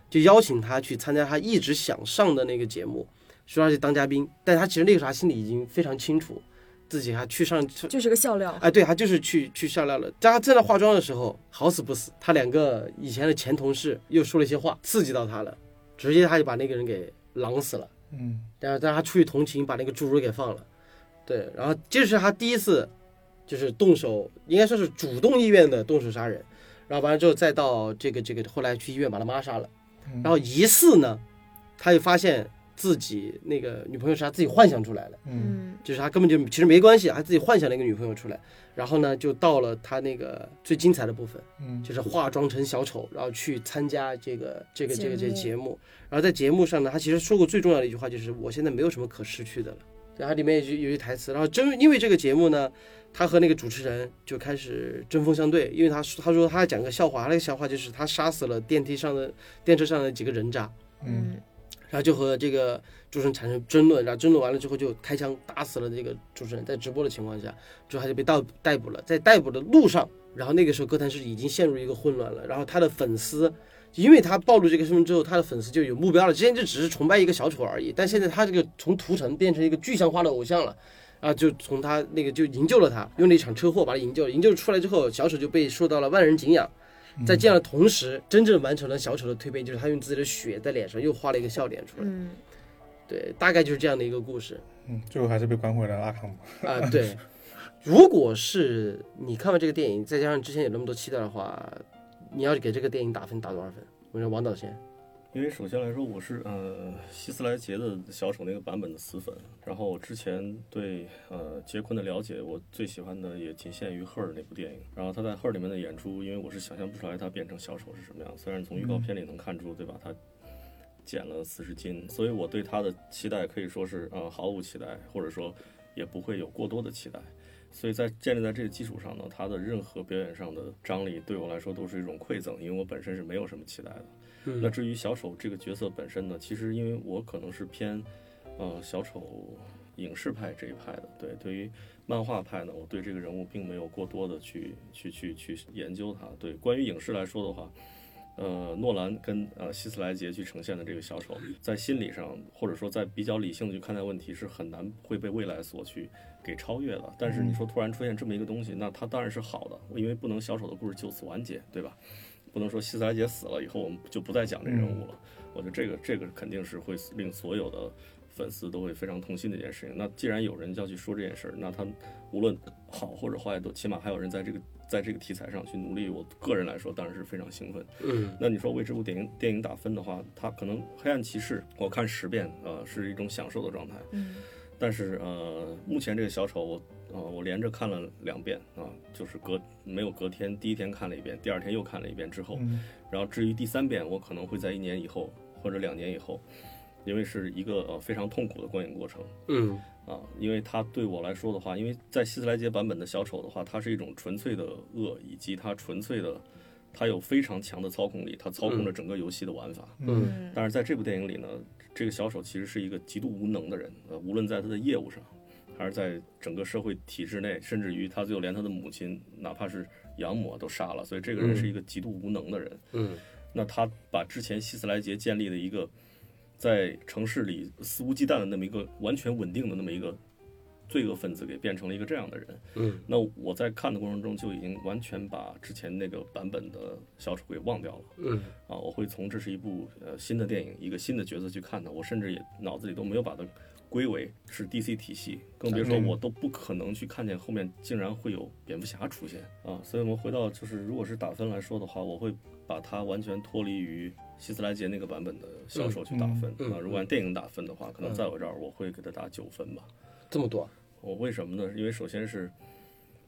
[SPEAKER 2] 就邀请他去参加他一直想上的那个节目，说他去当嘉宾。但他其实那个时候他心里已经非常清楚，自己还去上，
[SPEAKER 4] 就是个笑料，
[SPEAKER 2] 哎，对他就是去去笑料了。但他正在化妆的时候，好死不死，他两个以前的前同事又说了一些话，刺激到他了，直接他就把那个人给狼死了。
[SPEAKER 3] 嗯，
[SPEAKER 2] 但是但是他出于同情，把那个侏儒给放了。对，然后这是他第一次，就是动手，应该说是主动意愿的动手杀人。然后完了之后，再到这个这个，后来去医院把他妈杀了。
[SPEAKER 3] 嗯
[SPEAKER 2] 然后疑似呢，他就发现自己那个女朋友是他自己幻想出来的，
[SPEAKER 3] 嗯
[SPEAKER 4] 嗯
[SPEAKER 2] 就是他根本就其实没关系，他自己幻想了一个女朋友出来。然后呢，就到了他那个最精彩的部分。
[SPEAKER 3] 嗯，
[SPEAKER 2] 就是化妆成小丑，然后去参加这个这个这个这个
[SPEAKER 4] 节
[SPEAKER 2] 节目。然后在节目上呢，他其实说过最重要的一句话就是：“我现在没有什么可失去的了。”然后里面有一有一台词，然后真因为这个节目呢，他和那个主持人就开始针锋相对，因为他说他说他讲个笑话，他那个笑话就是他杀死了电梯上的电车上的几个人渣，
[SPEAKER 3] 嗯
[SPEAKER 4] 嗯
[SPEAKER 2] 然后就和这个主持人产生争论，然后争论完了之后就开枪打死了这个主持人，在直播的情况下，之后他就被逮捕逮捕了，在逮捕的路上，然后那个时候哥谭市已经陷入一个混乱了，然后他的粉丝。因为他暴露这个身份之后，他的粉丝就有目标了。之前就只是崇拜一个小丑而已，但现在他这个从屠城变成一个具象化的偶像了，啊，就从他那个就营救了他，用了一场车祸把他营救了。营救出来之后，小丑就被受到了万人敬仰。在这样的同时，真正完成了小丑的蜕变，就是他用自己的血在脸上又画了一个笑脸出来。
[SPEAKER 4] 嗯，
[SPEAKER 2] 对，大概就是这样的一个故 事
[SPEAKER 3] 嗯，最后还是被关回了阿卡姆，
[SPEAKER 2] 啊、对，如果是你看完这个电影，再加上之前有那么多期待的话，你要给这个电影打分打多少分？我说王导先，
[SPEAKER 5] 因为首先来说，我是呃希斯莱杰的小丑那个版本的死粉，然后我之前对呃杰昆的了解，我最喜欢的也仅限于《赫尔》那部电影。然后他在《赫尔》里面的演出，因为我是想象不出来他变成小丑是什么样，虽然从预告片里能看出，对吧？他减了四十斤，所以我对他的期待可以说是呃毫无期待，或者说也不会有过多的期待。所以在建立在这个基础上呢，他的任何表演上的张力对我来说都是一种馈赠，因为我本身是没有什么期待的。那
[SPEAKER 2] 嗯
[SPEAKER 5] 至于小丑这个角色本身呢，其实因为我可能是偏，呃，小丑影视派这一派的，对，对于漫画派呢，我对这个人物并没有过多的去去去去研究他。对，关于影视来说的话，呃，诺兰跟呃希斯莱杰去呈现的这个小丑，在心理上或者说在比较理性的去看待问题，是很难会被未来所去给超越的。但是你说突然出现这么一个东西，那它当然是好的，因为不能小丑的故事就此完结，对吧？不能说希斯莱杰死了以后我们就不再讲这人物了。我觉得这个这个肯定是会令所有的粉丝都会非常痛心的一件事情。那既然有人要去说这件事儿，那他无论好或者坏，都起码还有人在这个在这个题材上去努力。我个人来说，当然是非常兴奋。
[SPEAKER 2] 嗯，
[SPEAKER 5] 那你说为这部电影电影打分的话，它可能《黑暗骑士》我看十遍，呃，是一种享受的状态。
[SPEAKER 4] 嗯，
[SPEAKER 5] 但是呃，目前这个小丑我呃我连着看了两遍啊、就是隔没有隔天，第一天看了一遍，第二天又看了一遍之后，
[SPEAKER 3] 嗯
[SPEAKER 5] 然后至于第三遍，我可能会在一年以后或者两年以后，因为是一个呃非常痛苦的观影过程。
[SPEAKER 2] 嗯
[SPEAKER 5] 啊，因为它对我来说的话，因为在希斯莱杰版本的小丑的话，它是一种纯粹的恶，以及它纯粹的，它有非常强的操控力，它操控着整个游戏的玩法。
[SPEAKER 2] 嗯
[SPEAKER 5] 但是在这部电影里呢，这个小丑其实是一个极度无能的人，呃，无论在他的业务上，还是在整个社会体制内，甚至于他最后连他的母亲，哪怕是养母啊都杀了，所以这个人
[SPEAKER 2] 嗯
[SPEAKER 5] 是一个极度无能的人。
[SPEAKER 2] 嗯
[SPEAKER 5] 那他把之前希斯莱杰建立的一个在城市里肆无忌惮的那么一个完全稳定的那么一个罪恶分子给变成了一个这样的人。
[SPEAKER 2] 嗯，
[SPEAKER 5] 那我在看的过程中就已经完全把之前那个版本的小丑给忘掉了。
[SPEAKER 2] 嗯
[SPEAKER 5] 啊，我会从这是一部呃新的电影，一个新的角色去看它，我甚至也脑子里都没有把它归为是 DC 体系，更别说
[SPEAKER 3] 嗯
[SPEAKER 5] 我都不可能去看见后面竟然会有蝙蝠侠出现啊。所以我们回到就是，如果是打分来说的话，我会把它完全脱离于希斯莱杰那个版本的小丑去打分、
[SPEAKER 2] 嗯嗯
[SPEAKER 5] 啊。如果按电影打分的话，可能在我这儿我会给它打九分吧。
[SPEAKER 2] 这么多，
[SPEAKER 5] 我为什么呢？因为首先是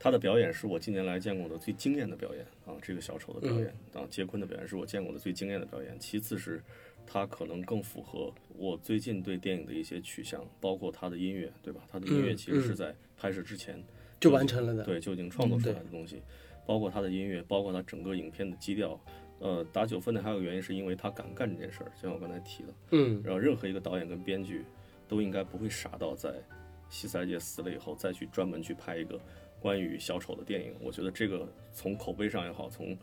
[SPEAKER 5] 他的表演是我近年来见过的最惊艳的表演啊，这个小丑的表演
[SPEAKER 2] 嗯
[SPEAKER 5] 啊，杰昆的表演是我见过的最惊艳的表演。其次是他可能更符合我最近对电影的一些取向，包括他的音乐，对吧？他的音乐
[SPEAKER 2] 嗯
[SPEAKER 5] 其实是
[SPEAKER 2] 嗯
[SPEAKER 5] 在拍摄之前、
[SPEAKER 2] 就完成了的。
[SPEAKER 5] 对，就已经创作
[SPEAKER 2] 嗯
[SPEAKER 5] 出
[SPEAKER 2] 对
[SPEAKER 5] 来的东西，包括他的音乐，包括他整个影片的基调。呃，打九分的还有一个原因是因为他敢干这件事儿，就像我刚才提的，
[SPEAKER 2] 嗯
[SPEAKER 5] 然后任何一个导演跟编剧都应该不会傻到在希斯莱杰死了以后再去专门去拍一个关于小丑的电影。我觉得这个从口碑上也好，从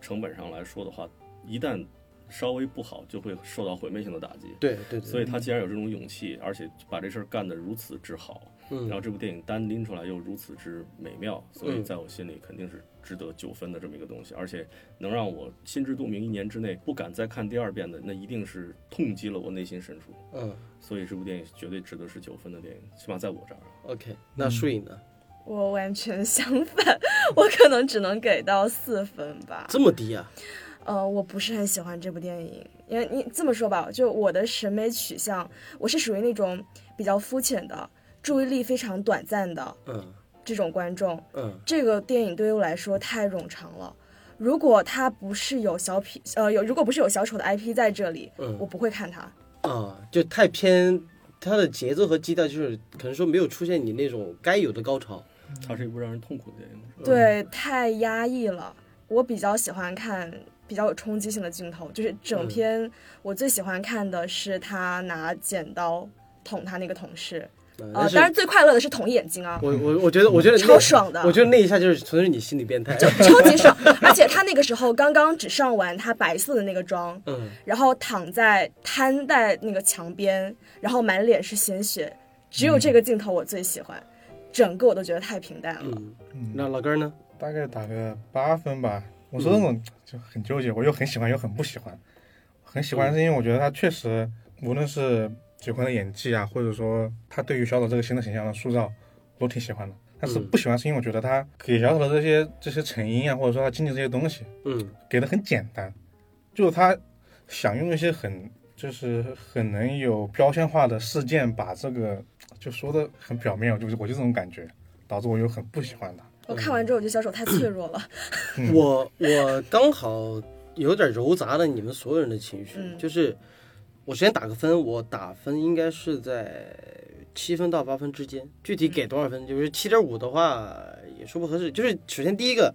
[SPEAKER 5] 成本上来说的话，一旦稍微不好，就会受到毁灭性的打击。
[SPEAKER 2] 对对对，
[SPEAKER 5] 所以他既然有这种勇气，而且把这事儿干得如此之好，然后
[SPEAKER 2] 嗯
[SPEAKER 5] 这部电影单拎出来又如此之美妙，所以
[SPEAKER 2] 嗯
[SPEAKER 5] 在我心里肯定是值得九分的这么一个东西，而且能让我心知肚明，一年之内不敢再看第二遍的，那一定是痛击了我内心深处。
[SPEAKER 2] 嗯
[SPEAKER 5] 所以这部电影绝对值得是九分的电影，起码在我这儿啊。
[SPEAKER 2] ，OK，那
[SPEAKER 4] 嗯
[SPEAKER 2] 树影呢？
[SPEAKER 4] 我完全相反，我可能只能给到四分吧。
[SPEAKER 2] 这么低啊？
[SPEAKER 4] 呃，我不是很喜欢这部电影，因为你这么说吧，就我的审美取向，我是属于那种比较肤浅的，注意力非常短暂的
[SPEAKER 2] 嗯
[SPEAKER 4] 这种观众。
[SPEAKER 2] 嗯
[SPEAKER 4] 这个电影对于我来说太冗长了。如果它不是有小品，呃，有如果不是有小丑的 IP 在这里，
[SPEAKER 2] 嗯
[SPEAKER 4] 我不会看它。
[SPEAKER 2] 啊，就太偏，它的节奏和基调就是可能说没有出现你那种该有的高潮。
[SPEAKER 5] 它是一部让人痛苦的电
[SPEAKER 2] 嗯
[SPEAKER 5] 影。
[SPEAKER 4] 对，太压抑了。我比较喜欢看比较有冲击性的镜头，就是
[SPEAKER 2] 嗯
[SPEAKER 4] 整篇我最喜欢看的是他拿剪刀捅他那个同事，
[SPEAKER 2] 嗯
[SPEAKER 4] 啊，
[SPEAKER 2] 但是
[SPEAKER 4] 当然最快乐的是捅眼睛啊，
[SPEAKER 2] 我我我觉得我觉得那
[SPEAKER 4] 超爽的
[SPEAKER 2] 我觉得那一下就是纯是你心理变 态。
[SPEAKER 4] 超级 爽。而且他那个时候刚刚只上完他白色的那个妆，
[SPEAKER 2] 嗯，
[SPEAKER 4] 然后躺在瘫在那个墙边，然后满脸是鲜血，只
[SPEAKER 2] 嗯
[SPEAKER 4] 有这个镜头我最喜欢，整个我都觉得太平淡
[SPEAKER 2] 嗯
[SPEAKER 4] 了。
[SPEAKER 2] 那老根儿呢？
[SPEAKER 3] 大概打个八分吧。我是那种就很纠结，我又很喜欢又很不喜欢。很喜欢是因为我觉得他确实，无论是杰昆的演技啊，或者说他对于小丑这个新的形象的塑造，我都挺喜欢的。但是
[SPEAKER 2] 嗯
[SPEAKER 3] 不喜欢是因为我觉得他给小丑的这些这些成因啊，或者说他经历这些东西，
[SPEAKER 2] 嗯
[SPEAKER 3] 给的很简单，就是他想用一些很就是很能有标签化的事件，把这个就说的很表面，就是我就这种感觉，导致我又很不喜欢他。
[SPEAKER 4] 我看
[SPEAKER 2] 嗯
[SPEAKER 4] 完之后，我觉得小丑太脆弱了。
[SPEAKER 3] 嗯
[SPEAKER 2] 我我刚好有点揉杂了你们所有人的情绪，
[SPEAKER 4] 嗯
[SPEAKER 2] 就是我先打个分，我打分应该是在七分到八分之间，具体给多少分，就是七点五的话也说不合适。就是首先第一个，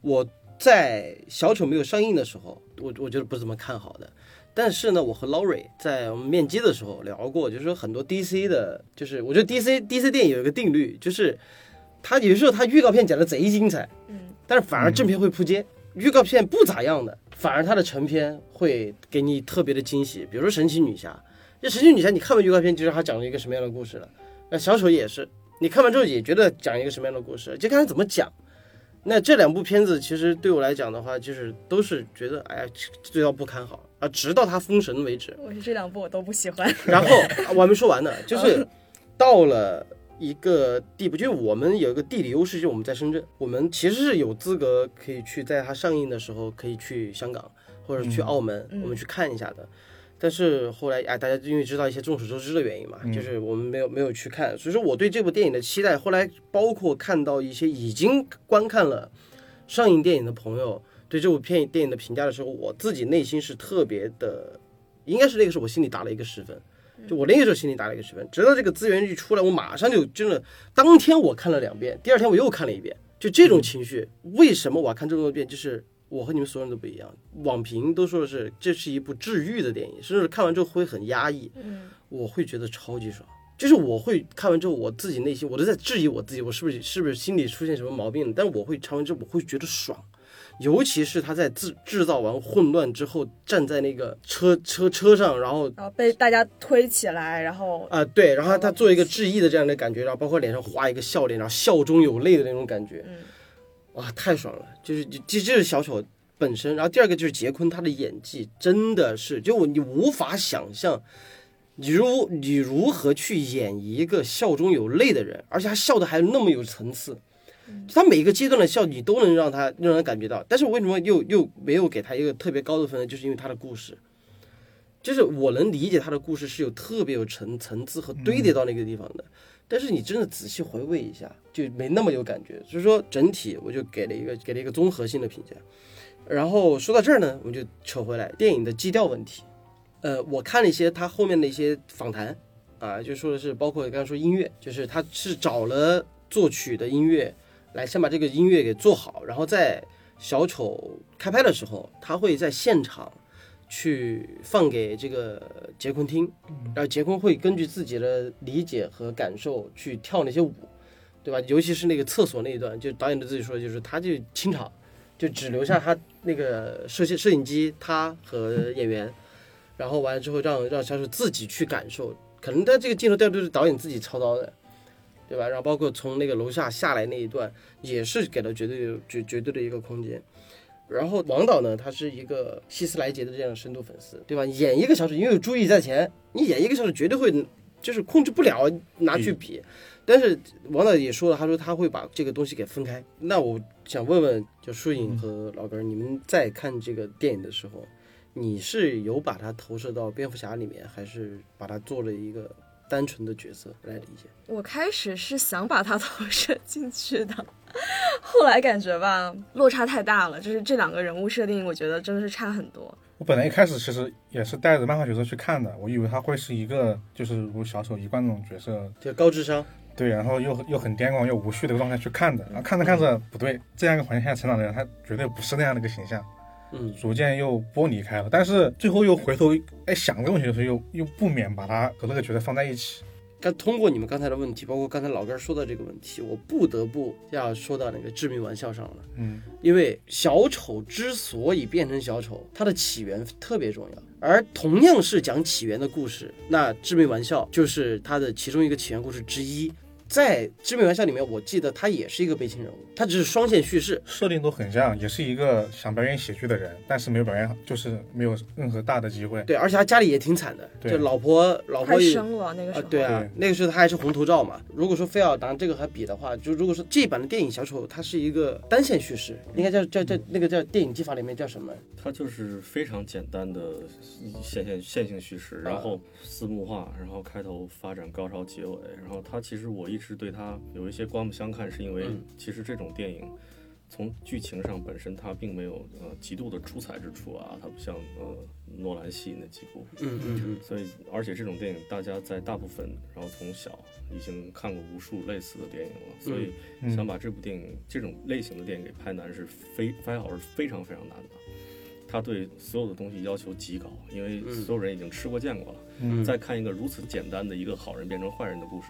[SPEAKER 2] 我在小丑没有上映的时候，我我觉得不怎么看好的。但是呢，我和 Laurie 在我们面基的时候聊过，就是说很多 DC 的，就是我觉得 DC DC 电影有一个定律，就是它有时候它预告片讲的贼精彩，
[SPEAKER 4] 嗯，
[SPEAKER 2] 但是反而正片会扑街，预告片不咋样的，反而他的成片会给你特别的惊喜。比如说《神奇女侠》，这《神奇女侠》你看完预告片就知道它讲了一个什么样的故事了。那小丑也是，你看完之后也觉得讲一个什么样的故事，就看他怎么讲。那这两部片子其实对我来讲的话，就是都是觉得哎呀，最要不堪好啊，直到他封神为止。
[SPEAKER 4] 我是这两部我都不喜欢。
[SPEAKER 2] 然后我还没说完呢，就是到了一个地步，就是我们有一个地理优势，就是我们在深圳，我们其实是有资格可以去在它上映的时候可以去香港或者去澳门，
[SPEAKER 4] 嗯
[SPEAKER 2] 我们去看一下的。但是后来，哎，大家因为知道一些众所周知的原因嘛，就是我们没有没有去看，所以说我对这部电影的期待，后来包括看到一些已经观看了上映电影的朋友对这部片电影的评价的时候，我自己内心是特别的，应该是那个时候我心里打了一个十分，就我那个时候心里打了一个十分，直到这个资源一出来，我马上就真的当天我看了两遍，第二天我又看了一遍，就这种情绪，为什么我要看这么多遍？就是我和你们所有人都不一样，网评都说的是这是一部治愈的电影，甚至看完之后会很压抑，
[SPEAKER 4] 嗯，
[SPEAKER 2] 我会觉得超级爽。就是我会看完之后，我自己内心我都在质疑我自己，我是不是是不是心里出现什么毛病了？但是我会看完之后，我会觉得爽，尤其是他在制制造完混乱之后，站在那个车车车上，然后
[SPEAKER 4] 然后被大家推起来，然后
[SPEAKER 2] 啊、对，然后他做一个致意的这样的感觉，然后包括脸上画一个笑脸，然后笑中有泪的那种感觉，
[SPEAKER 4] 嗯
[SPEAKER 2] 哇，太爽了！就是这这是小丑本身，然后第二个就是杰昆他的演技真的是，就我你无法想象，你如你如何去演一个笑中有泪的人，而且他笑的还那么有层次。就他每一个阶段的笑，你都能让他让人感觉到，但是我为什么又又没有给他一个特别高的分呢？就是因为他的故事，就是我能理解他的故事是有特别有层层次和堆叠到那个地方的，但是你真的仔细回味一下，就没那么有感觉。所以说整体我就给了一个给了一个综合性的评价。然后说到这儿呢，我们就扯回来电影的基调问题。呃，我看了一些他后面的一些访谈啊，就说的是包括刚才说音乐，就是他是找了作曲的音乐来先把这个音乐给做好，然后在小丑开拍的时候，他会在现场去放给这个杰昆听，然后杰昆会根据自己的理解和感受去跳那些舞，对吧？尤其是那个厕所那一段，就导演的自己说，的就是他就清场，就只留下他那个摄像摄影机，他和演员，然后完了之后让让小丑自己去感受，可能他这个镜头调度是导演自己操刀的。对吧？然后包括从那个楼下下来那一段，也是给了绝对的绝绝对的一个空间。然后王导呢，他是一个希斯莱杰的这样的深度粉丝，对吧？演一个小丑，因为有朱毅在前，你演一个小丑绝对会就是控制不了拿去比。但是王导也说了，他说他会把这个东西给分开。那我想问问，就舒颖和老根儿，你们在看这个电影的时候，你是有把它投射到蝙蝠侠里面，还是把它做了一个单纯的角色来理解？
[SPEAKER 4] 我开始是想把它投射进去 的，后来感觉吧，落差太大了，就是这两个人物设定，我觉得真的是差很多。
[SPEAKER 3] 我本来一开始其实也是带着漫画角色去看的，我以为他会是一个就是如小丑一贯那种角色，
[SPEAKER 2] 就高智商，
[SPEAKER 3] 对，然后又又很癫狂又无序的一个状态去看的。然后看着看
[SPEAKER 2] 嗯
[SPEAKER 3] 着不对，这样一个环境下成长的人，他绝对不是那样的一个形象，
[SPEAKER 2] 嗯，
[SPEAKER 3] 逐渐又剥离开了。但是最后又回头哎想这个问题的时候，又又不免把他和那个角色放在一起。
[SPEAKER 2] 刚通过你们刚才的问题，包括刚才老根儿说的这个问题，我不得不要说到那个致命玩笑上了。
[SPEAKER 3] 嗯，
[SPEAKER 2] 因为小丑之所以变成小丑，它的起源特别重要。而同样是讲起源的故事，那致命玩笑就是它的其中一个起源故事之一。在致命玩笑里面，我记得他也是一个悲情人物，他只是双线叙事，
[SPEAKER 3] 设定都很像，也是一个想表演喜剧的人，但是没有表演好，就是没有任何大的机会。
[SPEAKER 2] 对，而且他家里也挺惨的，
[SPEAKER 3] 对
[SPEAKER 2] 就老婆老
[SPEAKER 4] 快
[SPEAKER 2] 婆也
[SPEAKER 4] 生了那个时
[SPEAKER 2] 啊
[SPEAKER 4] 候，，
[SPEAKER 2] 对啊
[SPEAKER 3] 对，
[SPEAKER 2] 那个时候他还是红头罩嘛。如果说非要拿这个和比的话，就如果说这版的电影《小丑》，它是一个单线叙事，应该叫叫叫那个叫电影技法里面叫什么？
[SPEAKER 5] 它就是非常简单的线线线性叙事，然后四幕化，然后开头发展高潮结尾，然后它其实我一直对它有一些刮目相看，是因为
[SPEAKER 2] 嗯
[SPEAKER 5] 其实这种电影。从剧情上本身，它并没有呃极度的出彩之处啊，它不像呃诺兰系那几部，
[SPEAKER 2] 嗯嗯嗯，
[SPEAKER 5] 所以，而且这种电影大家在大部分，然后从小已经看过无数类似的电影了，所以
[SPEAKER 3] 嗯
[SPEAKER 5] 想把这部电影这种类型的电影给拍难是非拍好是非常非常难的。他对所有的东西要求极高，因为所有人已经吃过见过了。
[SPEAKER 3] 嗯
[SPEAKER 5] 再看一个如此简单的一个好人变成坏人的故事，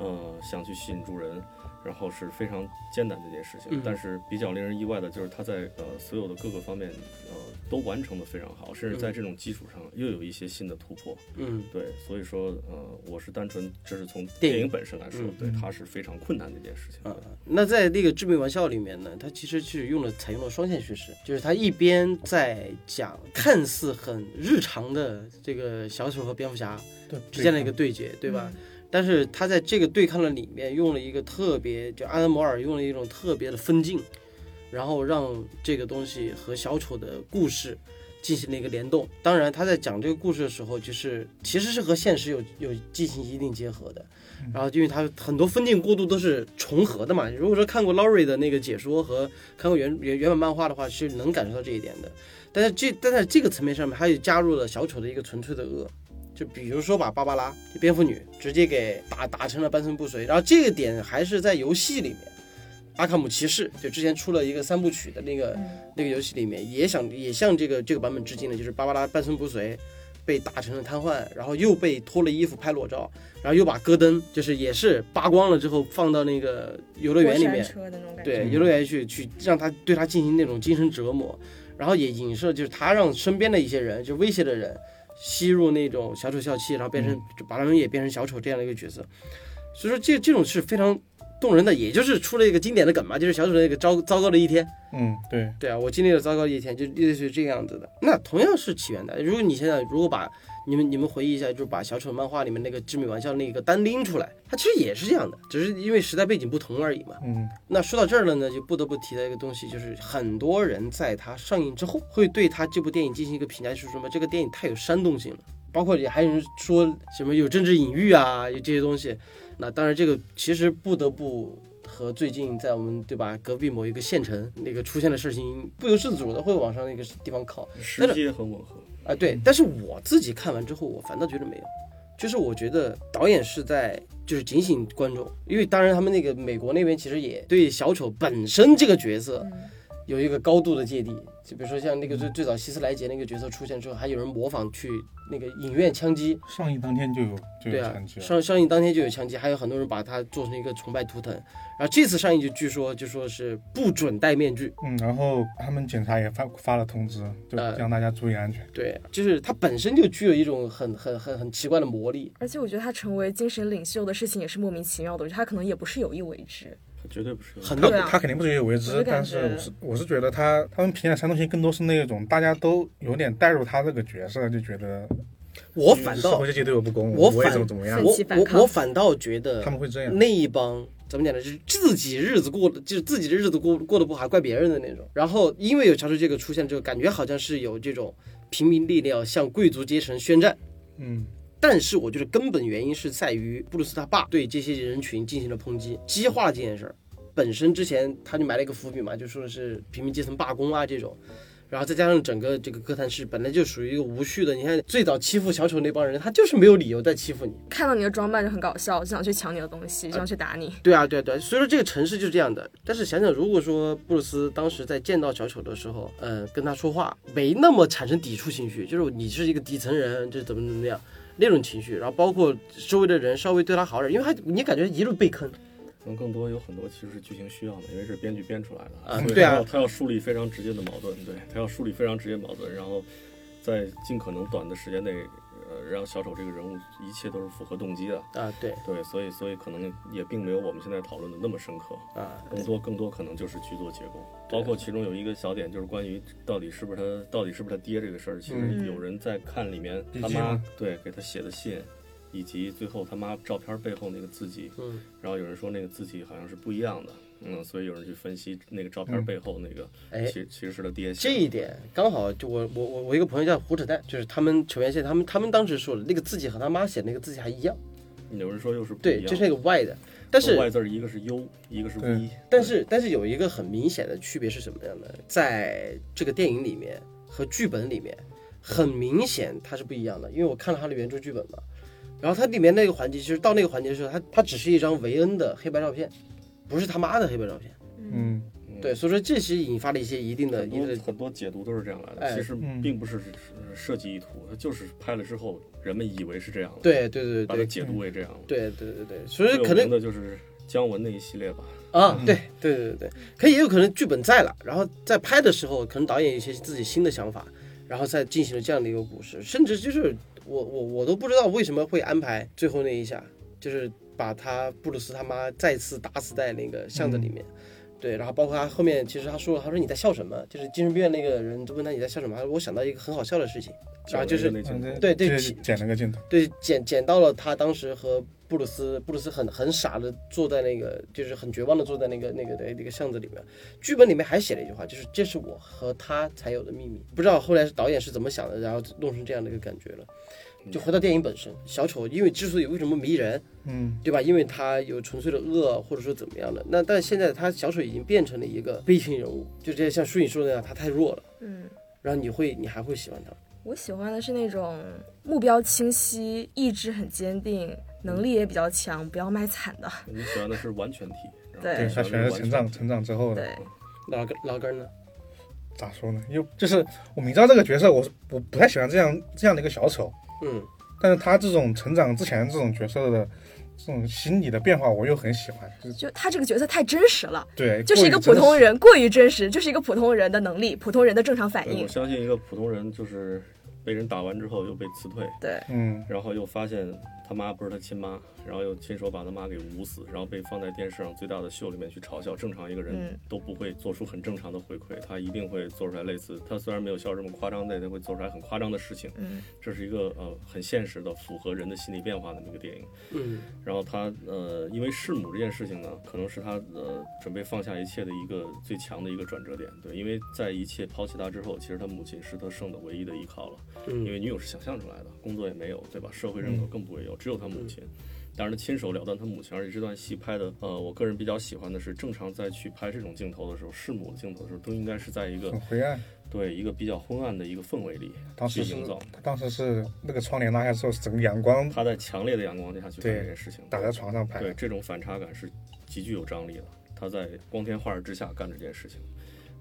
[SPEAKER 5] 呃，想去吸引住人，然后是非常艰难的一件事情。
[SPEAKER 2] 嗯
[SPEAKER 5] 但是比较令人意外的就是他在呃所有的各个方面呃都完成的非常好，甚至在这种基础上又有一些新的突破。
[SPEAKER 2] 嗯
[SPEAKER 5] 对，所以说呃，我是单纯只是从
[SPEAKER 2] 电
[SPEAKER 5] 电影
[SPEAKER 2] 影
[SPEAKER 5] 本身来说，
[SPEAKER 2] 嗯
[SPEAKER 5] 对它是非常困难的一件事情。
[SPEAKER 2] 啊，那在那个《致命玩笑》里面呢，它其实是用了采用了双线叙事，就是它一边在讲看似很日常的这个小丑和蝙蝠侠
[SPEAKER 3] 对
[SPEAKER 2] 之间的一个对决，对
[SPEAKER 4] 嗯
[SPEAKER 2] 吧？但是他在这个对抗的里面用了一个特别，就阿德摩尔用了一种特别的分镜，然后让这个东西和小丑的故事进行了一个联动。当然，他在讲这个故事的时候，就是其实是和现实有有进行一定结合的。然后，因为他很多分镜过渡都是重合的嘛。如果说看过 Laurie 的那个解说和看过原原原本漫画的话，是能感受到这一点的。但是这但在这个层面上面，他也加入了小丑的一个纯粹的恶，就比如说把芭芭拉，就蝙蝠女直接给打打成了半身不遂，然后这个点还是在游戏里面，阿卡姆骑士就之前出了一个三部曲的那个、那个游戏里面，也想也向这个这个版本致敬的，就是芭芭拉半身不遂。被打成了瘫痪，然后又被脱了衣服拍裸照，然后又把戈登就是也是扒光了之后放到那个游乐园里面，
[SPEAKER 4] 车的那种感觉，
[SPEAKER 2] 对
[SPEAKER 3] 嗯
[SPEAKER 2] 游乐园去去让他对他进行那种精神折磨，然后也影射就是他让身边的一些人，就威胁的人，吸入那种小丑笑气，然后变成、
[SPEAKER 4] 嗯
[SPEAKER 2] 就把他们也变成小丑这样的一个角色。所以说这这种是非常动人的，也就是出了一个经典的梗嘛，就是小丑的一个糟糟糕的一天。
[SPEAKER 3] 嗯，对，
[SPEAKER 2] 对啊，我经历了糟糕的一天，就类似于这个样子的。那同样是起源的，如果你想想，如果把你们你们回忆一下，就是把小丑漫画里面那个致命玩笑那个单拎出来，它其实也是这样的，只是因为时代背景不同而已嘛。
[SPEAKER 3] 嗯，
[SPEAKER 2] 那说到这儿了呢，就不得不提到一个东西，就是很多人在它上映之后，会对它这部电影进行一个评价，就是什么这个电影太有煽动性了，包括也还有人说什么有政治隐喻啊，有这些东西。那当然，这个其实不得不和最近在我们对吧隔壁某一个县城那个出现的事情不由自主的会往上那个地方靠。
[SPEAKER 5] 时机也很吻合。
[SPEAKER 2] 啊，对，但是我自己看完之后，我反倒觉得没有，就是我觉得导演是在就是警醒观众，因为当然他们那个美国那边其实也对小丑本身这个角色
[SPEAKER 4] 嗯
[SPEAKER 2] 有一个高度的芥蒂，就比如说像那个
[SPEAKER 3] 嗯
[SPEAKER 2] 最最早希斯莱杰那个角色出现之后，还有人模仿去那个影院枪击，
[SPEAKER 3] 上映当天就有就
[SPEAKER 2] 对
[SPEAKER 3] 有
[SPEAKER 2] 啊
[SPEAKER 3] 嗯枪，击了，
[SPEAKER 2] 上上映当天就有枪击，还有很多人把它做成一个崇拜图腾，然后这次上映就据说就说是不准戴面具。
[SPEAKER 3] 嗯，然后他们警察也发发了通知，就
[SPEAKER 2] 呃
[SPEAKER 3] 让大家注意安全。
[SPEAKER 2] 对，就是它本身就具有一种很很很很奇怪的魔力，
[SPEAKER 4] 而且我觉得他成为精神领袖的事情也是莫名其妙的，我觉得他可能也不是有意为之。
[SPEAKER 5] 绝对不是有
[SPEAKER 2] 很
[SPEAKER 3] 他
[SPEAKER 2] 多
[SPEAKER 4] 对啊
[SPEAKER 3] 他肯定不是有为
[SPEAKER 4] 我
[SPEAKER 3] 之
[SPEAKER 4] 就，
[SPEAKER 3] 但
[SPEAKER 4] 感
[SPEAKER 3] 是
[SPEAKER 4] 觉
[SPEAKER 3] 我是我是觉得他他们评价煽动性更多是那种大家都有点带入他这个角色，就觉得
[SPEAKER 2] 我反
[SPEAKER 3] 社
[SPEAKER 2] 倒
[SPEAKER 3] 会这些对我不公，
[SPEAKER 2] 我
[SPEAKER 3] 我也
[SPEAKER 2] 反
[SPEAKER 3] 怎么怎么样
[SPEAKER 4] 奋，
[SPEAKER 2] 我
[SPEAKER 4] 起反
[SPEAKER 2] 我
[SPEAKER 4] 抗
[SPEAKER 2] 我反倒觉得
[SPEAKER 3] 他们会这样。
[SPEAKER 2] 那一帮怎么讲呢？就是自己日子过得，就是自己的日子过过得不好，还怪别人的那种。然后因为有乔治这个出现之后，感觉好像是有这种平民力量向贵族阶层宣战。
[SPEAKER 3] 嗯，
[SPEAKER 2] 但是我觉得根本原因是在于布鲁斯他爸对这些人群进行了抨击，激化了这件事儿。本身之前他就埋了一个伏笔嘛，就说的是平民阶层罢工啊这种，然后再加上整个这个哥谭市本来就属于一个无序的，你看最早欺负小丑那帮人，他就是没有理由在欺负你。
[SPEAKER 4] 看到你的装扮就很搞笑，就想去抢你的东西，就想去打你。
[SPEAKER 2] 对啊，对啊，对啊，所以说这个城市就是这样的。但是想想，如果说布鲁斯当时在见到小丑的时候，呃，跟他说话没那么产生抵触情绪，就是你是一个底层人，这怎么怎么样那种情绪，然后包括周围的人稍微对他好点，因为他你感觉一路被坑，
[SPEAKER 5] 可能更多有很多其实是剧情需要的，因为是编剧编出来的
[SPEAKER 2] 啊
[SPEAKER 5] 所以
[SPEAKER 2] 对啊
[SPEAKER 5] 他要他要树立非常直接的矛盾，对他要树立非常直接矛盾，然后在尽可能短的时间内，呃，让小丑这个人物一切都是符合动机的，
[SPEAKER 2] 啊，对
[SPEAKER 5] 对，所以所以可能也并没有我们现在讨论的那么深刻，
[SPEAKER 2] 啊，
[SPEAKER 5] 更多更多可能就是去做结构，包括其中有一个小点就是关于到底是不是他到底是不是他爹这个事儿，其实
[SPEAKER 4] 嗯
[SPEAKER 5] 有人在看里面
[SPEAKER 3] 笔
[SPEAKER 5] 他
[SPEAKER 3] 记
[SPEAKER 5] 妈
[SPEAKER 3] 吗
[SPEAKER 5] 对给他写的信，以及最后他妈照片背后那个字迹，
[SPEAKER 2] 嗯，
[SPEAKER 5] 然后有人说那个字迹好像是不一样的，嗯，所以有人去分析那个照片背后那个，
[SPEAKER 2] 嗯哎。
[SPEAKER 5] 其其实是他爹写
[SPEAKER 2] 这
[SPEAKER 5] 的
[SPEAKER 2] 一点刚好就我我我我一个朋友叫胡扯蛋，就是他们球员线，他们他们当时说的那个字迹和他妈写的那个字迹还一样，
[SPEAKER 5] 有人说又是不
[SPEAKER 2] 对，
[SPEAKER 5] 一样，哦
[SPEAKER 2] 这是那个 Y 的，但是
[SPEAKER 5] 外字儿一个是 U，一个是
[SPEAKER 3] 对
[SPEAKER 5] V，
[SPEAKER 2] 但是但是有一个很明显的区别是什么样的？在这个电影里面和剧本里面，很明显它是不一样的，因为我看了它的原著剧本嘛。然后它里面那个环节，其实到那个环节的时候，它它只是一张维恩的黑白照片，不是他妈的黑白照片。
[SPEAKER 3] 嗯，
[SPEAKER 5] 嗯
[SPEAKER 2] 对，所以说这些引发了一些一定的、
[SPEAKER 5] 很
[SPEAKER 2] 一
[SPEAKER 5] 多
[SPEAKER 2] 定的
[SPEAKER 5] 很多解读都是这样来的，
[SPEAKER 2] 哎
[SPEAKER 5] 其实
[SPEAKER 3] 嗯
[SPEAKER 5] 并不是呃设计意图，它就是拍了之后人们以为是这样的，，
[SPEAKER 2] 对对对
[SPEAKER 5] 把它
[SPEAKER 2] 对
[SPEAKER 5] 解读为这样的。
[SPEAKER 2] 对对对对，所以
[SPEAKER 5] 最有
[SPEAKER 2] 可能
[SPEAKER 5] 名的就是姜文那一系列吧，
[SPEAKER 2] 啊，对对对对，可也有可能剧本在了，然后在拍的时候，可能导演有一些自己新的想法，然后再进行了这样的一个故事，甚至就是我我我都不知道为什么会安排最后那一下，就是把他布鲁斯他妈再次打死在那个巷子里面。对，然后包括他后面，其实他说了，他说你在笑什么？就是精神病院那个人就问他你在笑什么，他说我想到一个很好笑的事情，然后啊就是
[SPEAKER 5] 姜文的那镜头
[SPEAKER 3] 嗯
[SPEAKER 2] 对对
[SPEAKER 3] 这
[SPEAKER 2] 其
[SPEAKER 3] 剪了个镜头，
[SPEAKER 2] 对，捡捡到了他当时和布鲁斯，布鲁斯很很傻的坐在那个，就是很绝望的坐在那个那个那个那个巷子里面。剧本里面还写了一句话，就是这是我和他才有的秘密。不知道后来是导演是怎么想的，然后弄成这样的一个感觉了。就回到电影本身，小丑因为之所以为什么迷人，
[SPEAKER 3] 嗯，
[SPEAKER 2] 对吧？因为他有纯粹的恶，或者说怎么样的。那但现在他小丑已经变成了一个悲情人物，就这像舒影说的那样，他太弱了，
[SPEAKER 4] 嗯，
[SPEAKER 2] 然后你会你还会喜欢他。
[SPEAKER 4] 我喜欢的是那种目标清晰、意志很坚定、能力也比较强，不要卖惨的。
[SPEAKER 5] 你喜欢的是完全体，然后
[SPEAKER 4] 对
[SPEAKER 5] 你
[SPEAKER 3] 对，
[SPEAKER 5] 喜
[SPEAKER 3] 他
[SPEAKER 5] 欢
[SPEAKER 3] 全
[SPEAKER 5] 的
[SPEAKER 3] 是
[SPEAKER 5] 是
[SPEAKER 3] 成
[SPEAKER 5] 完
[SPEAKER 3] 长
[SPEAKER 5] 全体
[SPEAKER 3] 成长之
[SPEAKER 2] 嗯
[SPEAKER 3] 后的，
[SPEAKER 4] 对，
[SPEAKER 2] 老根老根呢？
[SPEAKER 3] 咋说呢？又就是我明知道这个角色，我是我不太喜欢这样这样的一个小丑，
[SPEAKER 2] 嗯
[SPEAKER 3] 但是他这种成长之前这种角色的这种心理的变化，我又很喜欢，就是
[SPEAKER 4] 就他这个角色太真实了，
[SPEAKER 3] 对，
[SPEAKER 4] 就是一个
[SPEAKER 3] 过于
[SPEAKER 4] 普
[SPEAKER 3] 真
[SPEAKER 4] 通
[SPEAKER 3] 实，
[SPEAKER 4] 人，过于真实，就是一个普通人的能力，普通人的正常反
[SPEAKER 5] 对，
[SPEAKER 4] 应
[SPEAKER 5] 我。相信一个普通人就是被人打完之后又被辞退，
[SPEAKER 4] 对，
[SPEAKER 3] 嗯，
[SPEAKER 5] 然后又发现他妈不是他亲妈，然后又亲手把他妈给捂死，然后被放在电视上最大的秀里面去嘲笑。正常一个人
[SPEAKER 4] 嗯
[SPEAKER 5] 都不会做出很正常的回馈，他一定会做出来类似他虽然没有笑这么夸张，但他会做出来很夸张的事情。
[SPEAKER 4] 嗯，
[SPEAKER 5] 这是一个呃很现实的符合人的心理变化的那个电影。
[SPEAKER 2] 嗯
[SPEAKER 5] 然后他呃，因为弑母这件事情呢，可能是他呃准备放下一切的一个最强的一个转折点。对，因为在一切抛弃他之后，其实他母亲是他剩的唯一的依靠了。
[SPEAKER 2] 嗯
[SPEAKER 5] 因为女友是想象出来的，工作也没有，对吧？社会认
[SPEAKER 3] 嗯
[SPEAKER 5] 可更不会有，只有他母亲。当然，他亲手了断他母亲，而且这段戏拍的，呃，我个人比较喜欢的是，正常在去拍这种镜头的时候，弑母的镜头的时候，都应该是在一 个
[SPEAKER 3] 很灰暗。
[SPEAKER 5] 对一个比较昏暗的一个氛围里
[SPEAKER 3] 当
[SPEAKER 5] 去
[SPEAKER 3] 时是
[SPEAKER 5] 营造。
[SPEAKER 3] 他当时是那个窗帘拉下之后，整个阳光
[SPEAKER 5] 他在强烈的阳光下去干
[SPEAKER 3] 对
[SPEAKER 5] 这件事情，
[SPEAKER 3] 打在床上拍，
[SPEAKER 5] 对这种反差感是极具有张力的。他在光天化日之下干这件事情，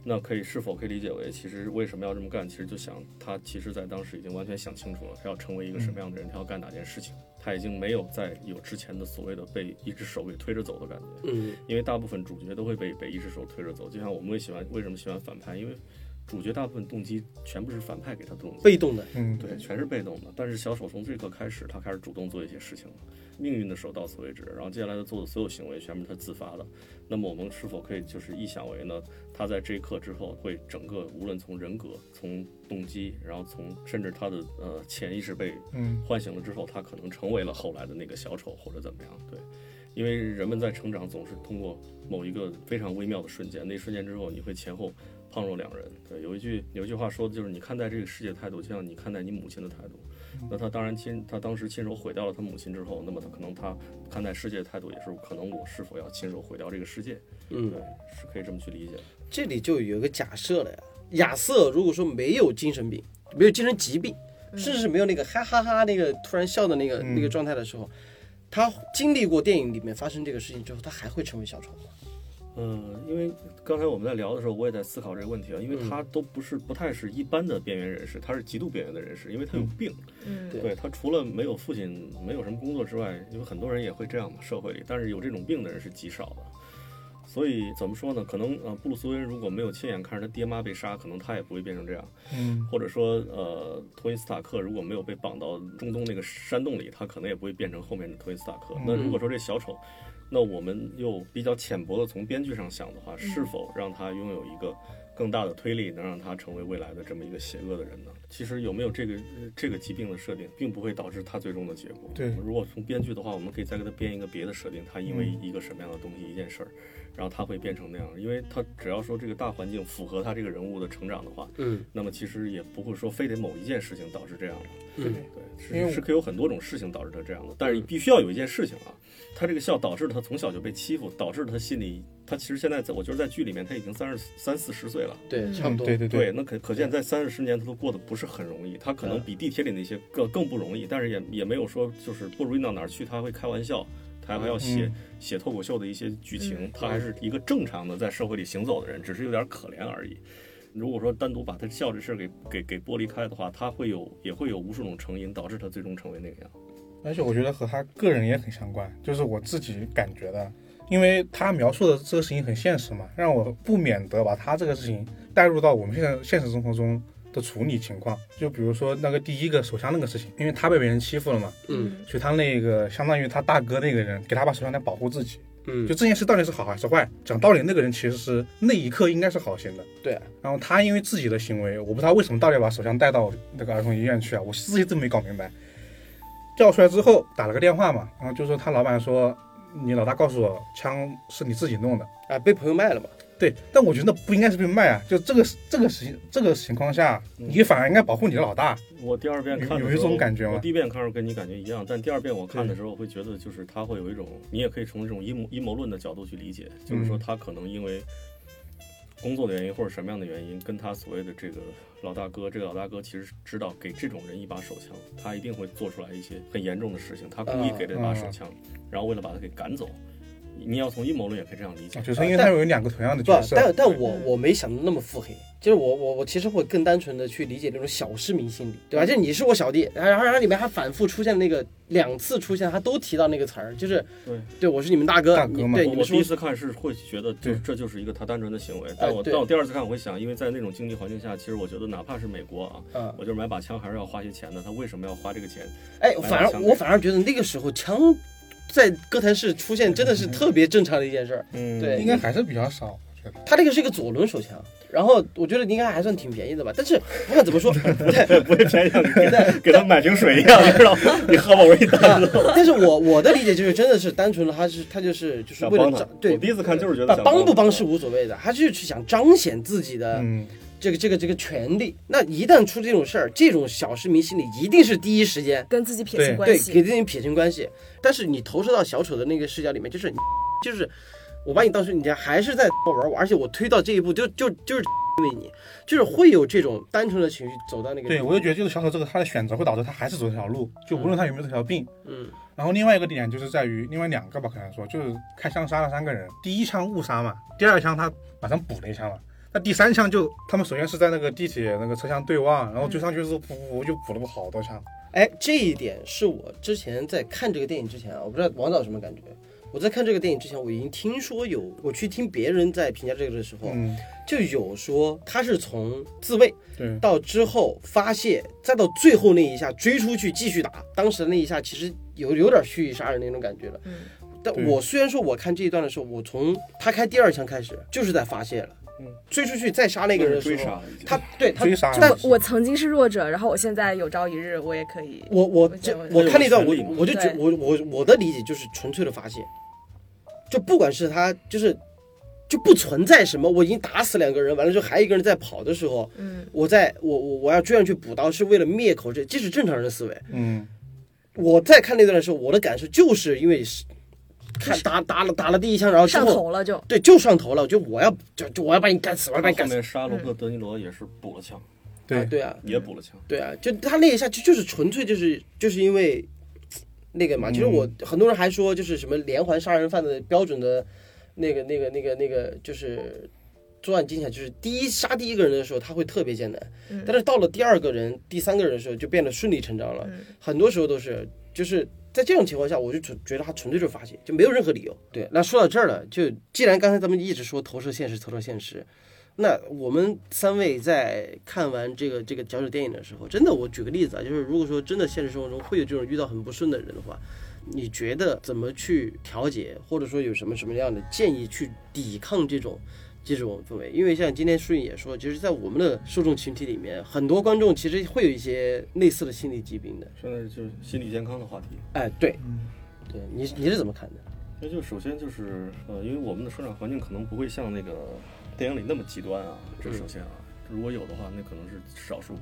[SPEAKER 5] 那可以是否可以理解为，其实为什么要这么干？其实就想他其实在当时已经完全想清楚了，他要成为一个什么样的人，他要干哪件事情，他已经没有再有之前的所谓的被一只手给推着走的感觉。
[SPEAKER 2] 嗯
[SPEAKER 5] 因为大部分主角都会被被一只手推着走，就像我们会喜欢为什么喜欢反派，因为主角大部分动机全部是反派给他动机，
[SPEAKER 2] 被动的。
[SPEAKER 3] 嗯，
[SPEAKER 5] 对，全是被动的。但是小丑从这一刻开始，他开始主动做一些事情了。命运的手到此为止，然后接下来他做的所有行为全部是他自发的。那么我们是否可以就是臆想为呢？他在这一刻之后，会整个无论从人格、从动机，然后从甚至他的呃潜意识被
[SPEAKER 3] 嗯，
[SPEAKER 5] 唤醒了之后，他可能成为了后来的那个小丑或者怎么样？对，因为人们在成长总是通过某一个非常微妙的瞬间，那一瞬间之后，你会前后判若两人。对，有一句有一句话说的就是，你看待这个世界的态度，就像你看待你母亲的态度。那他当然亲，他当时亲手毁掉了他母亲之后，那么他可能他看待世界的态度也是，可能我是否要亲手毁掉这个世界？
[SPEAKER 2] 嗯
[SPEAKER 5] 对，，是可以这么去理解的。
[SPEAKER 2] 这里就有一个假设了呀。亚瑟如果说没有精神病，没有精神疾病，甚至是没有那个哈哈哈那个突然笑的那个、
[SPEAKER 3] 嗯
[SPEAKER 2] 那个状态的时候，他经历过电影里面发生这个事情之后，他还会成为小丑吗？
[SPEAKER 5] 嗯，因为刚才我们在聊的时候，我也在思考这个问题啊，因为他都不是不太是一般的边缘人士，他是极度边缘的人士，因为他有病。
[SPEAKER 4] 嗯
[SPEAKER 2] 对
[SPEAKER 5] 对他除了没有父亲，没有什么工作之外，因为很多人也会这样嘛，社会里，但是有这种病的人是极少的。所以怎么说呢？可能呃，布鲁斯·韦恩如果没有亲眼看着他爹妈被杀，可能他也不会变成这样。
[SPEAKER 3] 嗯，
[SPEAKER 5] 或者说，呃，托尼·斯塔克如果没有被绑到中东那个山洞里，他可能也不会变成后面的托尼·斯塔克
[SPEAKER 3] 嗯。
[SPEAKER 5] 那如果说这小丑，那我们又比较浅薄的从编剧上想的
[SPEAKER 3] 嗯
[SPEAKER 5] 话，是否让他拥有一个更大的推力，能让他成为未来的这么一个邪恶的人呢？其实有没有这个呃这个疾病的设定，并不会导致他最终的结果。
[SPEAKER 3] 对
[SPEAKER 5] 如果从编剧的话，我们可以再给他编一个别的设定，他因为一个什么样的东西，一件事儿。然后他会变成那样，因为他只要说这个大环境符合他这个人物的成长的话，
[SPEAKER 2] 嗯
[SPEAKER 5] 那么其实也不会说非得某一件事情导致这样的，
[SPEAKER 2] 嗯
[SPEAKER 5] 对，
[SPEAKER 3] 因为
[SPEAKER 5] 是是可以有很多种事情导致他这样的，但是必须要有一件事情啊，他这个笑导致了他从小就被欺负，导致了他心里，他其实现在在我觉得在剧里面他已经三十三四十岁了，
[SPEAKER 2] 对，
[SPEAKER 4] 嗯
[SPEAKER 2] 差不多。
[SPEAKER 3] 嗯对对
[SPEAKER 5] 对，，那可可见在三十年他都过得不是很容易，他可能
[SPEAKER 2] 对
[SPEAKER 5] 比地铁里那些更更不容易，但是也也没有说就是不容易到哪儿去，他会开玩笑。他还要写、
[SPEAKER 3] 嗯
[SPEAKER 5] 写脱口秀的一些剧情，
[SPEAKER 4] 嗯
[SPEAKER 5] 他还是一个正常的在社会里行走的人，只是有点可怜而已。如果说单独把他笑这事儿给给给剥离开的话，他会有也会有无数种成因，导致他最终成为那个样。
[SPEAKER 3] 而且我觉得和他个人也很相关，就是我自己感觉的，因为他描述的这个事情很现实嘛，让我不免得把他这个事情带入到我们现在现实生活中的处理情况。就比如说那个第一个手枪那个事情，因为他被别人欺负了嘛，
[SPEAKER 2] 嗯
[SPEAKER 3] 所以他那个相当于他大哥那个人给他把手枪来保护自己。
[SPEAKER 2] 嗯
[SPEAKER 3] 就这件事到底是好还是坏，讲道理那个人其实是那一刻应该是好心的，
[SPEAKER 2] 对啊
[SPEAKER 3] 然后他因为自己的行为，我不知道为什么到底把手枪带到那个儿童医院去啊，我自己真没搞明白。叫出来之后打了个电话嘛，然后就说他老板说你老大告诉我枪是你自己弄的，
[SPEAKER 2] 啊，被朋友卖了嘛，
[SPEAKER 3] 对，但我觉得不应该是被卖啊，就这个这个情这个情况下，你反而应该保护你的老大，
[SPEAKER 5] 我第二遍
[SPEAKER 3] 有
[SPEAKER 5] 看的
[SPEAKER 3] 有一
[SPEAKER 5] 时候
[SPEAKER 3] 种感觉吗
[SPEAKER 5] 我第一遍看的时候跟你感觉一样，但第二遍我看的
[SPEAKER 3] 对
[SPEAKER 5] 时候会觉得，就是他会有一种，你也可以从这种阴谋阴谋论的角度去理解，就是
[SPEAKER 3] 嗯
[SPEAKER 5] 说他可能因为工作的原因或者什么样的原因，跟他所谓的这个老大哥，这个老大哥其实知道给这种人一把手枪，他一定会做出来一些很严重的事情，他故
[SPEAKER 3] 啊
[SPEAKER 5] 意给这把手枪，然后为了把他给赶走。你要从阴谋论也可以这样理解，
[SPEAKER 3] 啊就是因为他有两个同样的
[SPEAKER 2] 不
[SPEAKER 3] 角，色，
[SPEAKER 2] 但但我我没想的那么腹黑，就是我我我其实会更单纯的去理解那种小市民心理，对吧？就你是我小弟，然后然后里面还反复出现那个两次出现，他都提到那个词儿，就是
[SPEAKER 5] 对
[SPEAKER 2] 对我是你们大哥，
[SPEAKER 3] 大哥
[SPEAKER 2] 你
[SPEAKER 3] 嘛
[SPEAKER 2] 对
[SPEAKER 5] 我
[SPEAKER 2] 你们
[SPEAKER 5] 我第
[SPEAKER 2] 是
[SPEAKER 5] 一
[SPEAKER 2] 我
[SPEAKER 5] 次看是会觉得，就
[SPEAKER 3] 对
[SPEAKER 5] 这就是一个他单纯的行为，但我
[SPEAKER 2] 对
[SPEAKER 5] 但我第二次看我会想，因为在那种经济环境下，其实我觉得哪怕是美国啊，
[SPEAKER 2] 嗯
[SPEAKER 5] 我就是买把枪还是要花些钱的，他为什么要花这个钱？
[SPEAKER 2] 哎，
[SPEAKER 5] 买
[SPEAKER 2] 反
[SPEAKER 5] 把
[SPEAKER 2] 而
[SPEAKER 5] 枪
[SPEAKER 2] 我
[SPEAKER 5] 给
[SPEAKER 2] 反而觉得那个时候枪在哥谭市出现真的是特别正常的一件事儿。
[SPEAKER 5] 嗯
[SPEAKER 2] 对
[SPEAKER 3] 应该还是比较少，我觉得。
[SPEAKER 2] 他那个是一个左轮手枪，然后我觉得应该还算挺便宜的吧。但是不管怎么说，对，
[SPEAKER 5] 不会便宜， 给给他买瓶水一样，知道吗？你喝吧，我给你带走。
[SPEAKER 2] 但是我我的理解就是真的是单纯的，他是他就是就是
[SPEAKER 5] 想
[SPEAKER 2] 为了
[SPEAKER 5] 帮他
[SPEAKER 2] 彰，对
[SPEAKER 5] 我第一次看就是觉得
[SPEAKER 2] 啊
[SPEAKER 5] 想
[SPEAKER 2] 帮不
[SPEAKER 5] 他
[SPEAKER 2] 帮是无所谓的，他就是去想彰显自己的
[SPEAKER 3] 嗯，
[SPEAKER 2] 这个这个这个权利。那一旦出这种事儿，这种小市民心理一定是第一时间
[SPEAKER 4] 跟自己撇清
[SPEAKER 3] 对
[SPEAKER 4] 关
[SPEAKER 2] 对给
[SPEAKER 4] 系，
[SPEAKER 2] 自己撇清关系。但是你投射到小丑的那个视角里面，就是 你就是我把你当成你家还是在玩我，而且我推到这一步就就就是 因为你，就是会有这种单纯的情绪走到那个地
[SPEAKER 3] 对，
[SPEAKER 2] 方
[SPEAKER 3] 我就觉得就是小丑这个他的选择会导致他还是走这条路，就无论他有没有这条病，
[SPEAKER 2] 嗯
[SPEAKER 3] 然后另外一个点就是在于另外两个吧，可能说就是开枪杀了三个人，第一枪误杀嘛，第二枪他马上补了一枪嘛，那第三枪就他们首先是在那个地铁那个车厢对望，然后追上去之后，噗噗噗就补了好多枪，
[SPEAKER 2] 哎，这一点是我之前在看这个电影之前啊，我不知道王导什么感觉。我在看这个电影之前，我已经听说有，我去听别人在评价这个的时候，
[SPEAKER 3] 嗯，
[SPEAKER 2] 就有说他是从自卫
[SPEAKER 3] 对，
[SPEAKER 2] 到之后发泄，再到最后那一下追出去继续打，当时的那一下其实有有点蓄意杀人那种感觉了。
[SPEAKER 4] 嗯
[SPEAKER 2] 但
[SPEAKER 3] 对
[SPEAKER 2] 我虽然说我看这一段的时候，我从他开第二枪开始就是在发泄了，
[SPEAKER 5] 嗯
[SPEAKER 2] 追出去再杀那个人的时
[SPEAKER 5] 追
[SPEAKER 2] 候，
[SPEAKER 5] 杀，
[SPEAKER 2] 他对他
[SPEAKER 3] 追杀
[SPEAKER 2] 但
[SPEAKER 3] 是
[SPEAKER 4] 我曾经是弱者，然后我现在有朝一日我也可以，
[SPEAKER 2] 我我
[SPEAKER 4] 我
[SPEAKER 2] 这
[SPEAKER 4] 觉得
[SPEAKER 2] 我看那段
[SPEAKER 5] 我
[SPEAKER 2] 我
[SPEAKER 5] 觉得
[SPEAKER 2] 我就觉
[SPEAKER 4] 对
[SPEAKER 2] 我我我的理解就是纯粹的发泄，就不管是他就是就不存在什么，我已经打死两个人，完了之后还有一个人在跑的时候，
[SPEAKER 4] 嗯，
[SPEAKER 2] 我在我我我要追上去补刀是为了灭口，这这是正常人的思维。
[SPEAKER 3] 嗯，
[SPEAKER 2] 我在看那段的时候，我的感受就是因为是看
[SPEAKER 4] 就是
[SPEAKER 2] 打打了打了第一枪，然后之
[SPEAKER 4] 上
[SPEAKER 2] 后
[SPEAKER 4] 头了就，
[SPEAKER 2] 对就上头了，就我要就就我要把你干 死，我要把你嗯
[SPEAKER 5] 后
[SPEAKER 2] 干死。
[SPEAKER 5] 面杀罗伯特德尼罗也是补了枪，
[SPEAKER 3] 对
[SPEAKER 2] 啊对啊，
[SPEAKER 5] 也补了枪。
[SPEAKER 2] 对啊，就他那一下就就是纯粹就是就是因为那个嘛，
[SPEAKER 4] 嗯
[SPEAKER 2] 其实我很多人还说就是什么连环杀人犯的标准的那个那个那个那个就是作案技巧，就是第一杀第一个人的时候他会特别艰难，
[SPEAKER 4] 嗯
[SPEAKER 2] 但是到了第二个人、第三个人的时候就变得顺理成章了，
[SPEAKER 4] 嗯
[SPEAKER 2] 很多时候都是就是。在这种情况下，我就纯觉得他纯粹就是发泄，就没有任何理由。对，那说到这儿了，就既然刚才咱们一直说投射现实，投射现实，那我们三位在看完这个这个脚手电影的时候，真的，我举个例子啊，就是如果说真的现实生活中会有这种遇到很不顺的人的话，你觉得怎么去调节，或者说有什么什么样的建议去抵抗这种这种氛围？因为像今天舒颖也说，就是在我们的受众群体里面，很多观众其实会有一些类似的心理疾病的。
[SPEAKER 5] 现在就是心理健康的话题。
[SPEAKER 2] 哎，对，对你你是怎么看的？
[SPEAKER 5] 那就首先就是呃，因为我们的生长环境可能不会像那个电影里那么极端啊，这首先啊，如果有的话，那可能是少数派，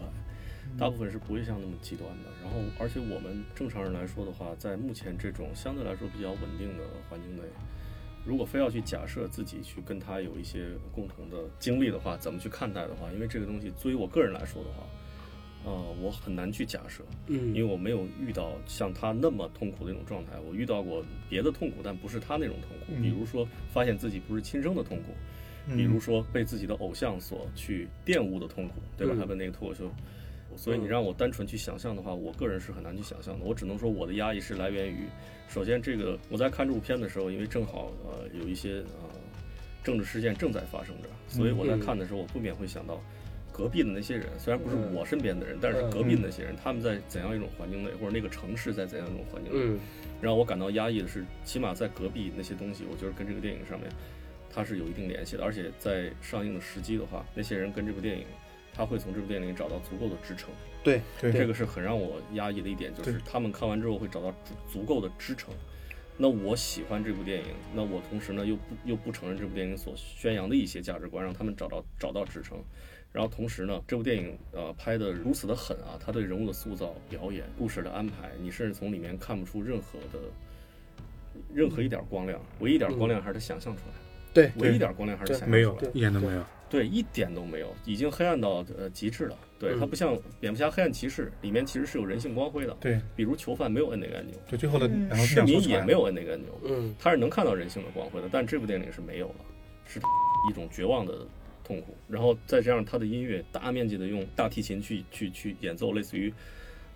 [SPEAKER 5] 大部分是不会像那么极端的。然后，而且我们正常人来说的话，在目前这种相对来说比较稳定的环境内，如果非要去假设自己去跟他有一些共同的经历的话，怎么去看待的话，因为这个东西作为我个人来说的话，呃，我很难去假设，因为
[SPEAKER 2] 嗯
[SPEAKER 5] 我没有遇到像他那么痛苦的一种状态。我遇到过别的痛苦，但不是他那种痛苦，
[SPEAKER 3] 嗯
[SPEAKER 5] 比如说发现自己不是亲生的痛苦，比
[SPEAKER 2] 嗯
[SPEAKER 5] 如说被自己的偶像所去玷污的痛苦，对吧？
[SPEAKER 2] 嗯
[SPEAKER 5] 他们那个脱口秀，所以你让我单纯去想象的话，我个人是很难去想象的。我只能说我的压抑是来源于，首先这个我在看这部片的时候，因为正好呃有一些呃政治事件正在发生着，所以
[SPEAKER 2] 嗯
[SPEAKER 5] 我在看的时候，我不免会想到。隔壁的那些人，虽然不是
[SPEAKER 2] 嗯
[SPEAKER 5] 我身边的人，但是隔壁的那些人，他们在怎样一种环境内，或者那个城市在怎样一种环境内，
[SPEAKER 2] 嗯
[SPEAKER 5] 让我感到压抑的是，起码在隔壁那些东西，我觉得跟这个电影上面它是有一定联系的，而且在上映的时机的话，那些人跟这部电影，他会从这部电影里找到足够的支撑，
[SPEAKER 3] 对
[SPEAKER 5] 这个是很让我压抑的一点，就是
[SPEAKER 3] 对
[SPEAKER 5] 他们看完之后会找到足足够的支撑。那我喜欢这部电影，那我同时呢又不又不承认这部电影所宣扬的一些价值观，让他们找到找到支撑。然后同时呢，这部电影呃拍的如此的狠啊，他对人物的塑造、表演、故事的安排，你甚至从里面看不出任何的任何一点光亮，唯一一点光亮还是他想象出来的，
[SPEAKER 2] 对
[SPEAKER 5] 唯一一点光亮还是想象出来
[SPEAKER 3] 没
[SPEAKER 5] 的
[SPEAKER 3] 有
[SPEAKER 2] 对
[SPEAKER 3] 一点都没有，
[SPEAKER 5] 对，一点都没有，已经黑暗到呃极致了。对，
[SPEAKER 2] 嗯
[SPEAKER 5] 它不像蝙蝠侠黑暗骑士里面其实是有人性光辉的，
[SPEAKER 3] 对，
[SPEAKER 5] 比如囚犯没有摁那个按钮，
[SPEAKER 3] 就最后的
[SPEAKER 4] 嗯
[SPEAKER 3] 然后
[SPEAKER 5] 市民
[SPEAKER 3] 两艘
[SPEAKER 5] 也
[SPEAKER 3] 船
[SPEAKER 5] 没有摁那个按钮，
[SPEAKER 2] 嗯
[SPEAKER 5] 他是能看到人性的光辉的，但这部电影是没有了，是一种绝望的痛苦。然后再加上他的音乐大面积的用大提琴去去去演奏，类似于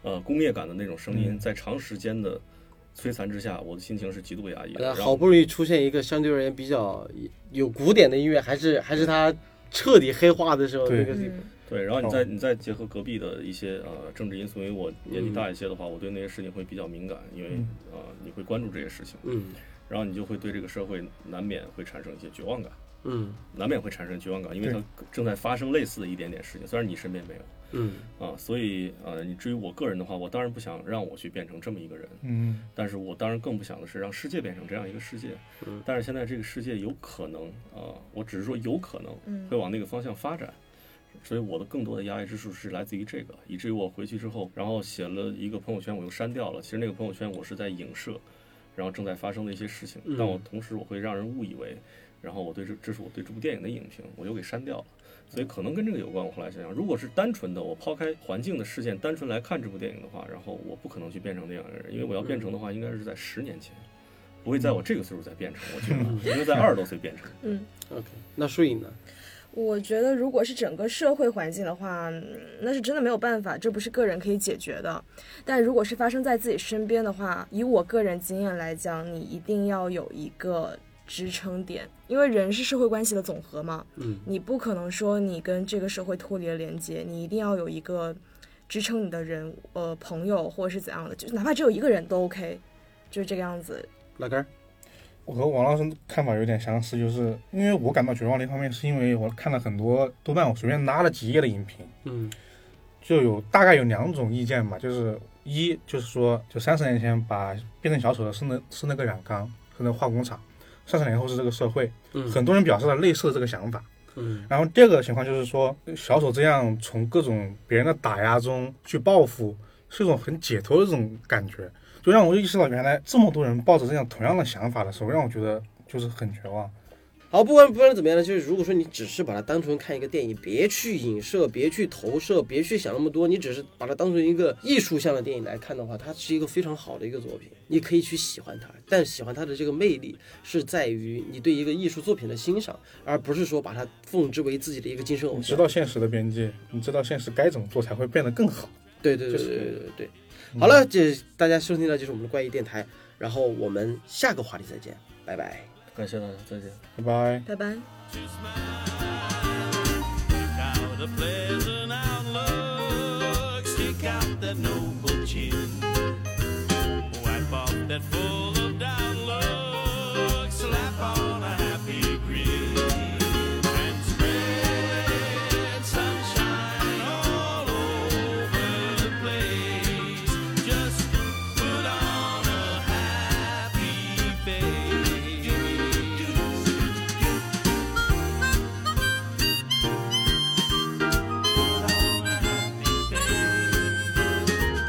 [SPEAKER 5] 呃工业感的那种声音，
[SPEAKER 3] 嗯
[SPEAKER 5] 在长时间的摧残之下，我的心情是极度压抑的。
[SPEAKER 2] 呃，
[SPEAKER 5] 然后
[SPEAKER 2] 好不容易出现一个相对而言比较有古典的音乐，还是还是他彻底黑化的时候那
[SPEAKER 3] 对
[SPEAKER 2] 个地方。
[SPEAKER 4] 嗯
[SPEAKER 5] 对，然后你
[SPEAKER 3] 哦
[SPEAKER 5] 再你再结合隔壁的一些呃政治因素，因为我年纪大一些的话，我对那些事情会比较敏感，因为
[SPEAKER 3] 嗯
[SPEAKER 5] 呃你会关注这些事情，
[SPEAKER 2] 嗯
[SPEAKER 5] 然后你就会对这个社会难免会产生一些绝望感，
[SPEAKER 2] 嗯
[SPEAKER 5] 难免会产生绝望感，因为
[SPEAKER 3] 对
[SPEAKER 5] 它正在发生类似的一点点事情，虽然你身边没有
[SPEAKER 2] 嗯
[SPEAKER 5] 啊，所以呃你至于我个人的话，我当然不想让我去变成这么一个人，
[SPEAKER 3] 嗯，
[SPEAKER 5] 但是我当然更不想的是让世界变成这样一个世界，
[SPEAKER 2] 嗯
[SPEAKER 5] 但是现在这个世界有可能啊、我只是说有可能，
[SPEAKER 4] 嗯
[SPEAKER 5] 会往那个方向发展。所以我的更多的压抑之处是来自于这个，以至于我回去之后，然后写了一个朋友圈，我又删掉了。其实那个朋友圈我是在影射，然后正在发生的一些事情
[SPEAKER 2] 嗯，
[SPEAKER 5] 但我同时我会让人误以为，然后我对这这是我对这部电影的影评，我又给删掉了。所以可能跟这个有关。我后来想想，如果是单纯的我抛开环境的事件，单纯来看这部电影的话，然后我不可能去变成那样的人，因为我要变成的话，应该是在十年前，不会在我这个岁数再变成。我觉得我应该在二十多岁变成。
[SPEAKER 4] 嗯，
[SPEAKER 2] ，OK，那树影呢？
[SPEAKER 4] 我觉得如果是整个社会环境的话，嗯那是真的没有办法，这不是个人可以解决的。但如果是发生在自己身边的话，以我个人经验来讲，你一定要有一个支撑点，因为人是社会关系的总和嘛。
[SPEAKER 2] 嗯
[SPEAKER 4] 你不可能说你跟这个社会脱离了连接，你一定要有一个支撑你的人，呃，朋友或者是怎样的，就哪怕只有一个人都 OK，就是这个样子。
[SPEAKER 2] 老根儿，
[SPEAKER 3] 我和王老师看法有点相似，就是因为我感到绝望的一方面，是因为我看了很多豆瓣，我随便拉了几页的影评，
[SPEAKER 2] 嗯
[SPEAKER 3] 就有大概有两种意见吧，就是一就是说，就三十年前把变成小丑的是那是那个染缸和那化工厂，三十年后是这个社会，
[SPEAKER 2] 嗯
[SPEAKER 3] 很多人表示了类似的这个想法。
[SPEAKER 2] 嗯
[SPEAKER 3] 然后第二个情况就是说，小丑这样从各种别人的打压中去报复，是一种很解脱的这种感觉，就让我意识到原来这么多人抱着这样同样的想法的时候，让我觉得就是很绝望。
[SPEAKER 2] 好，不管不管怎么样呢，就是如果说你只是把它当成看一个电影，别去影射，别去投射，别去想那么多，你只是把它当成一个艺术向的电影来看的话，它是一个非常好的一个作品，你可以去喜欢它，但喜欢它的这个魅力是在于你对一个艺术作品的欣赏，而不是说把它奉之为自己的一个精神偶
[SPEAKER 3] 你
[SPEAKER 2] 像
[SPEAKER 3] 知。道现实的边界，你知道现实该怎么做才会变得更好。
[SPEAKER 2] 对对对
[SPEAKER 3] 就是嗯
[SPEAKER 2] 对对对对。好了，这大家收听到就是我们的怪异电台，然后我们下个话题再见，拜拜。
[SPEAKER 5] 感谢大家，再见。
[SPEAKER 3] 拜拜。
[SPEAKER 4] 拜拜。
[SPEAKER 1] to smile. Without a pleasant outlook, stick out that noble chin. Wipe off that full of down look, slap on a happy grin. And spread sunshine all over the place. Just put on a happy face. Put on a happy face.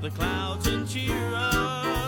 [SPEAKER 1] the clouds and cheer up.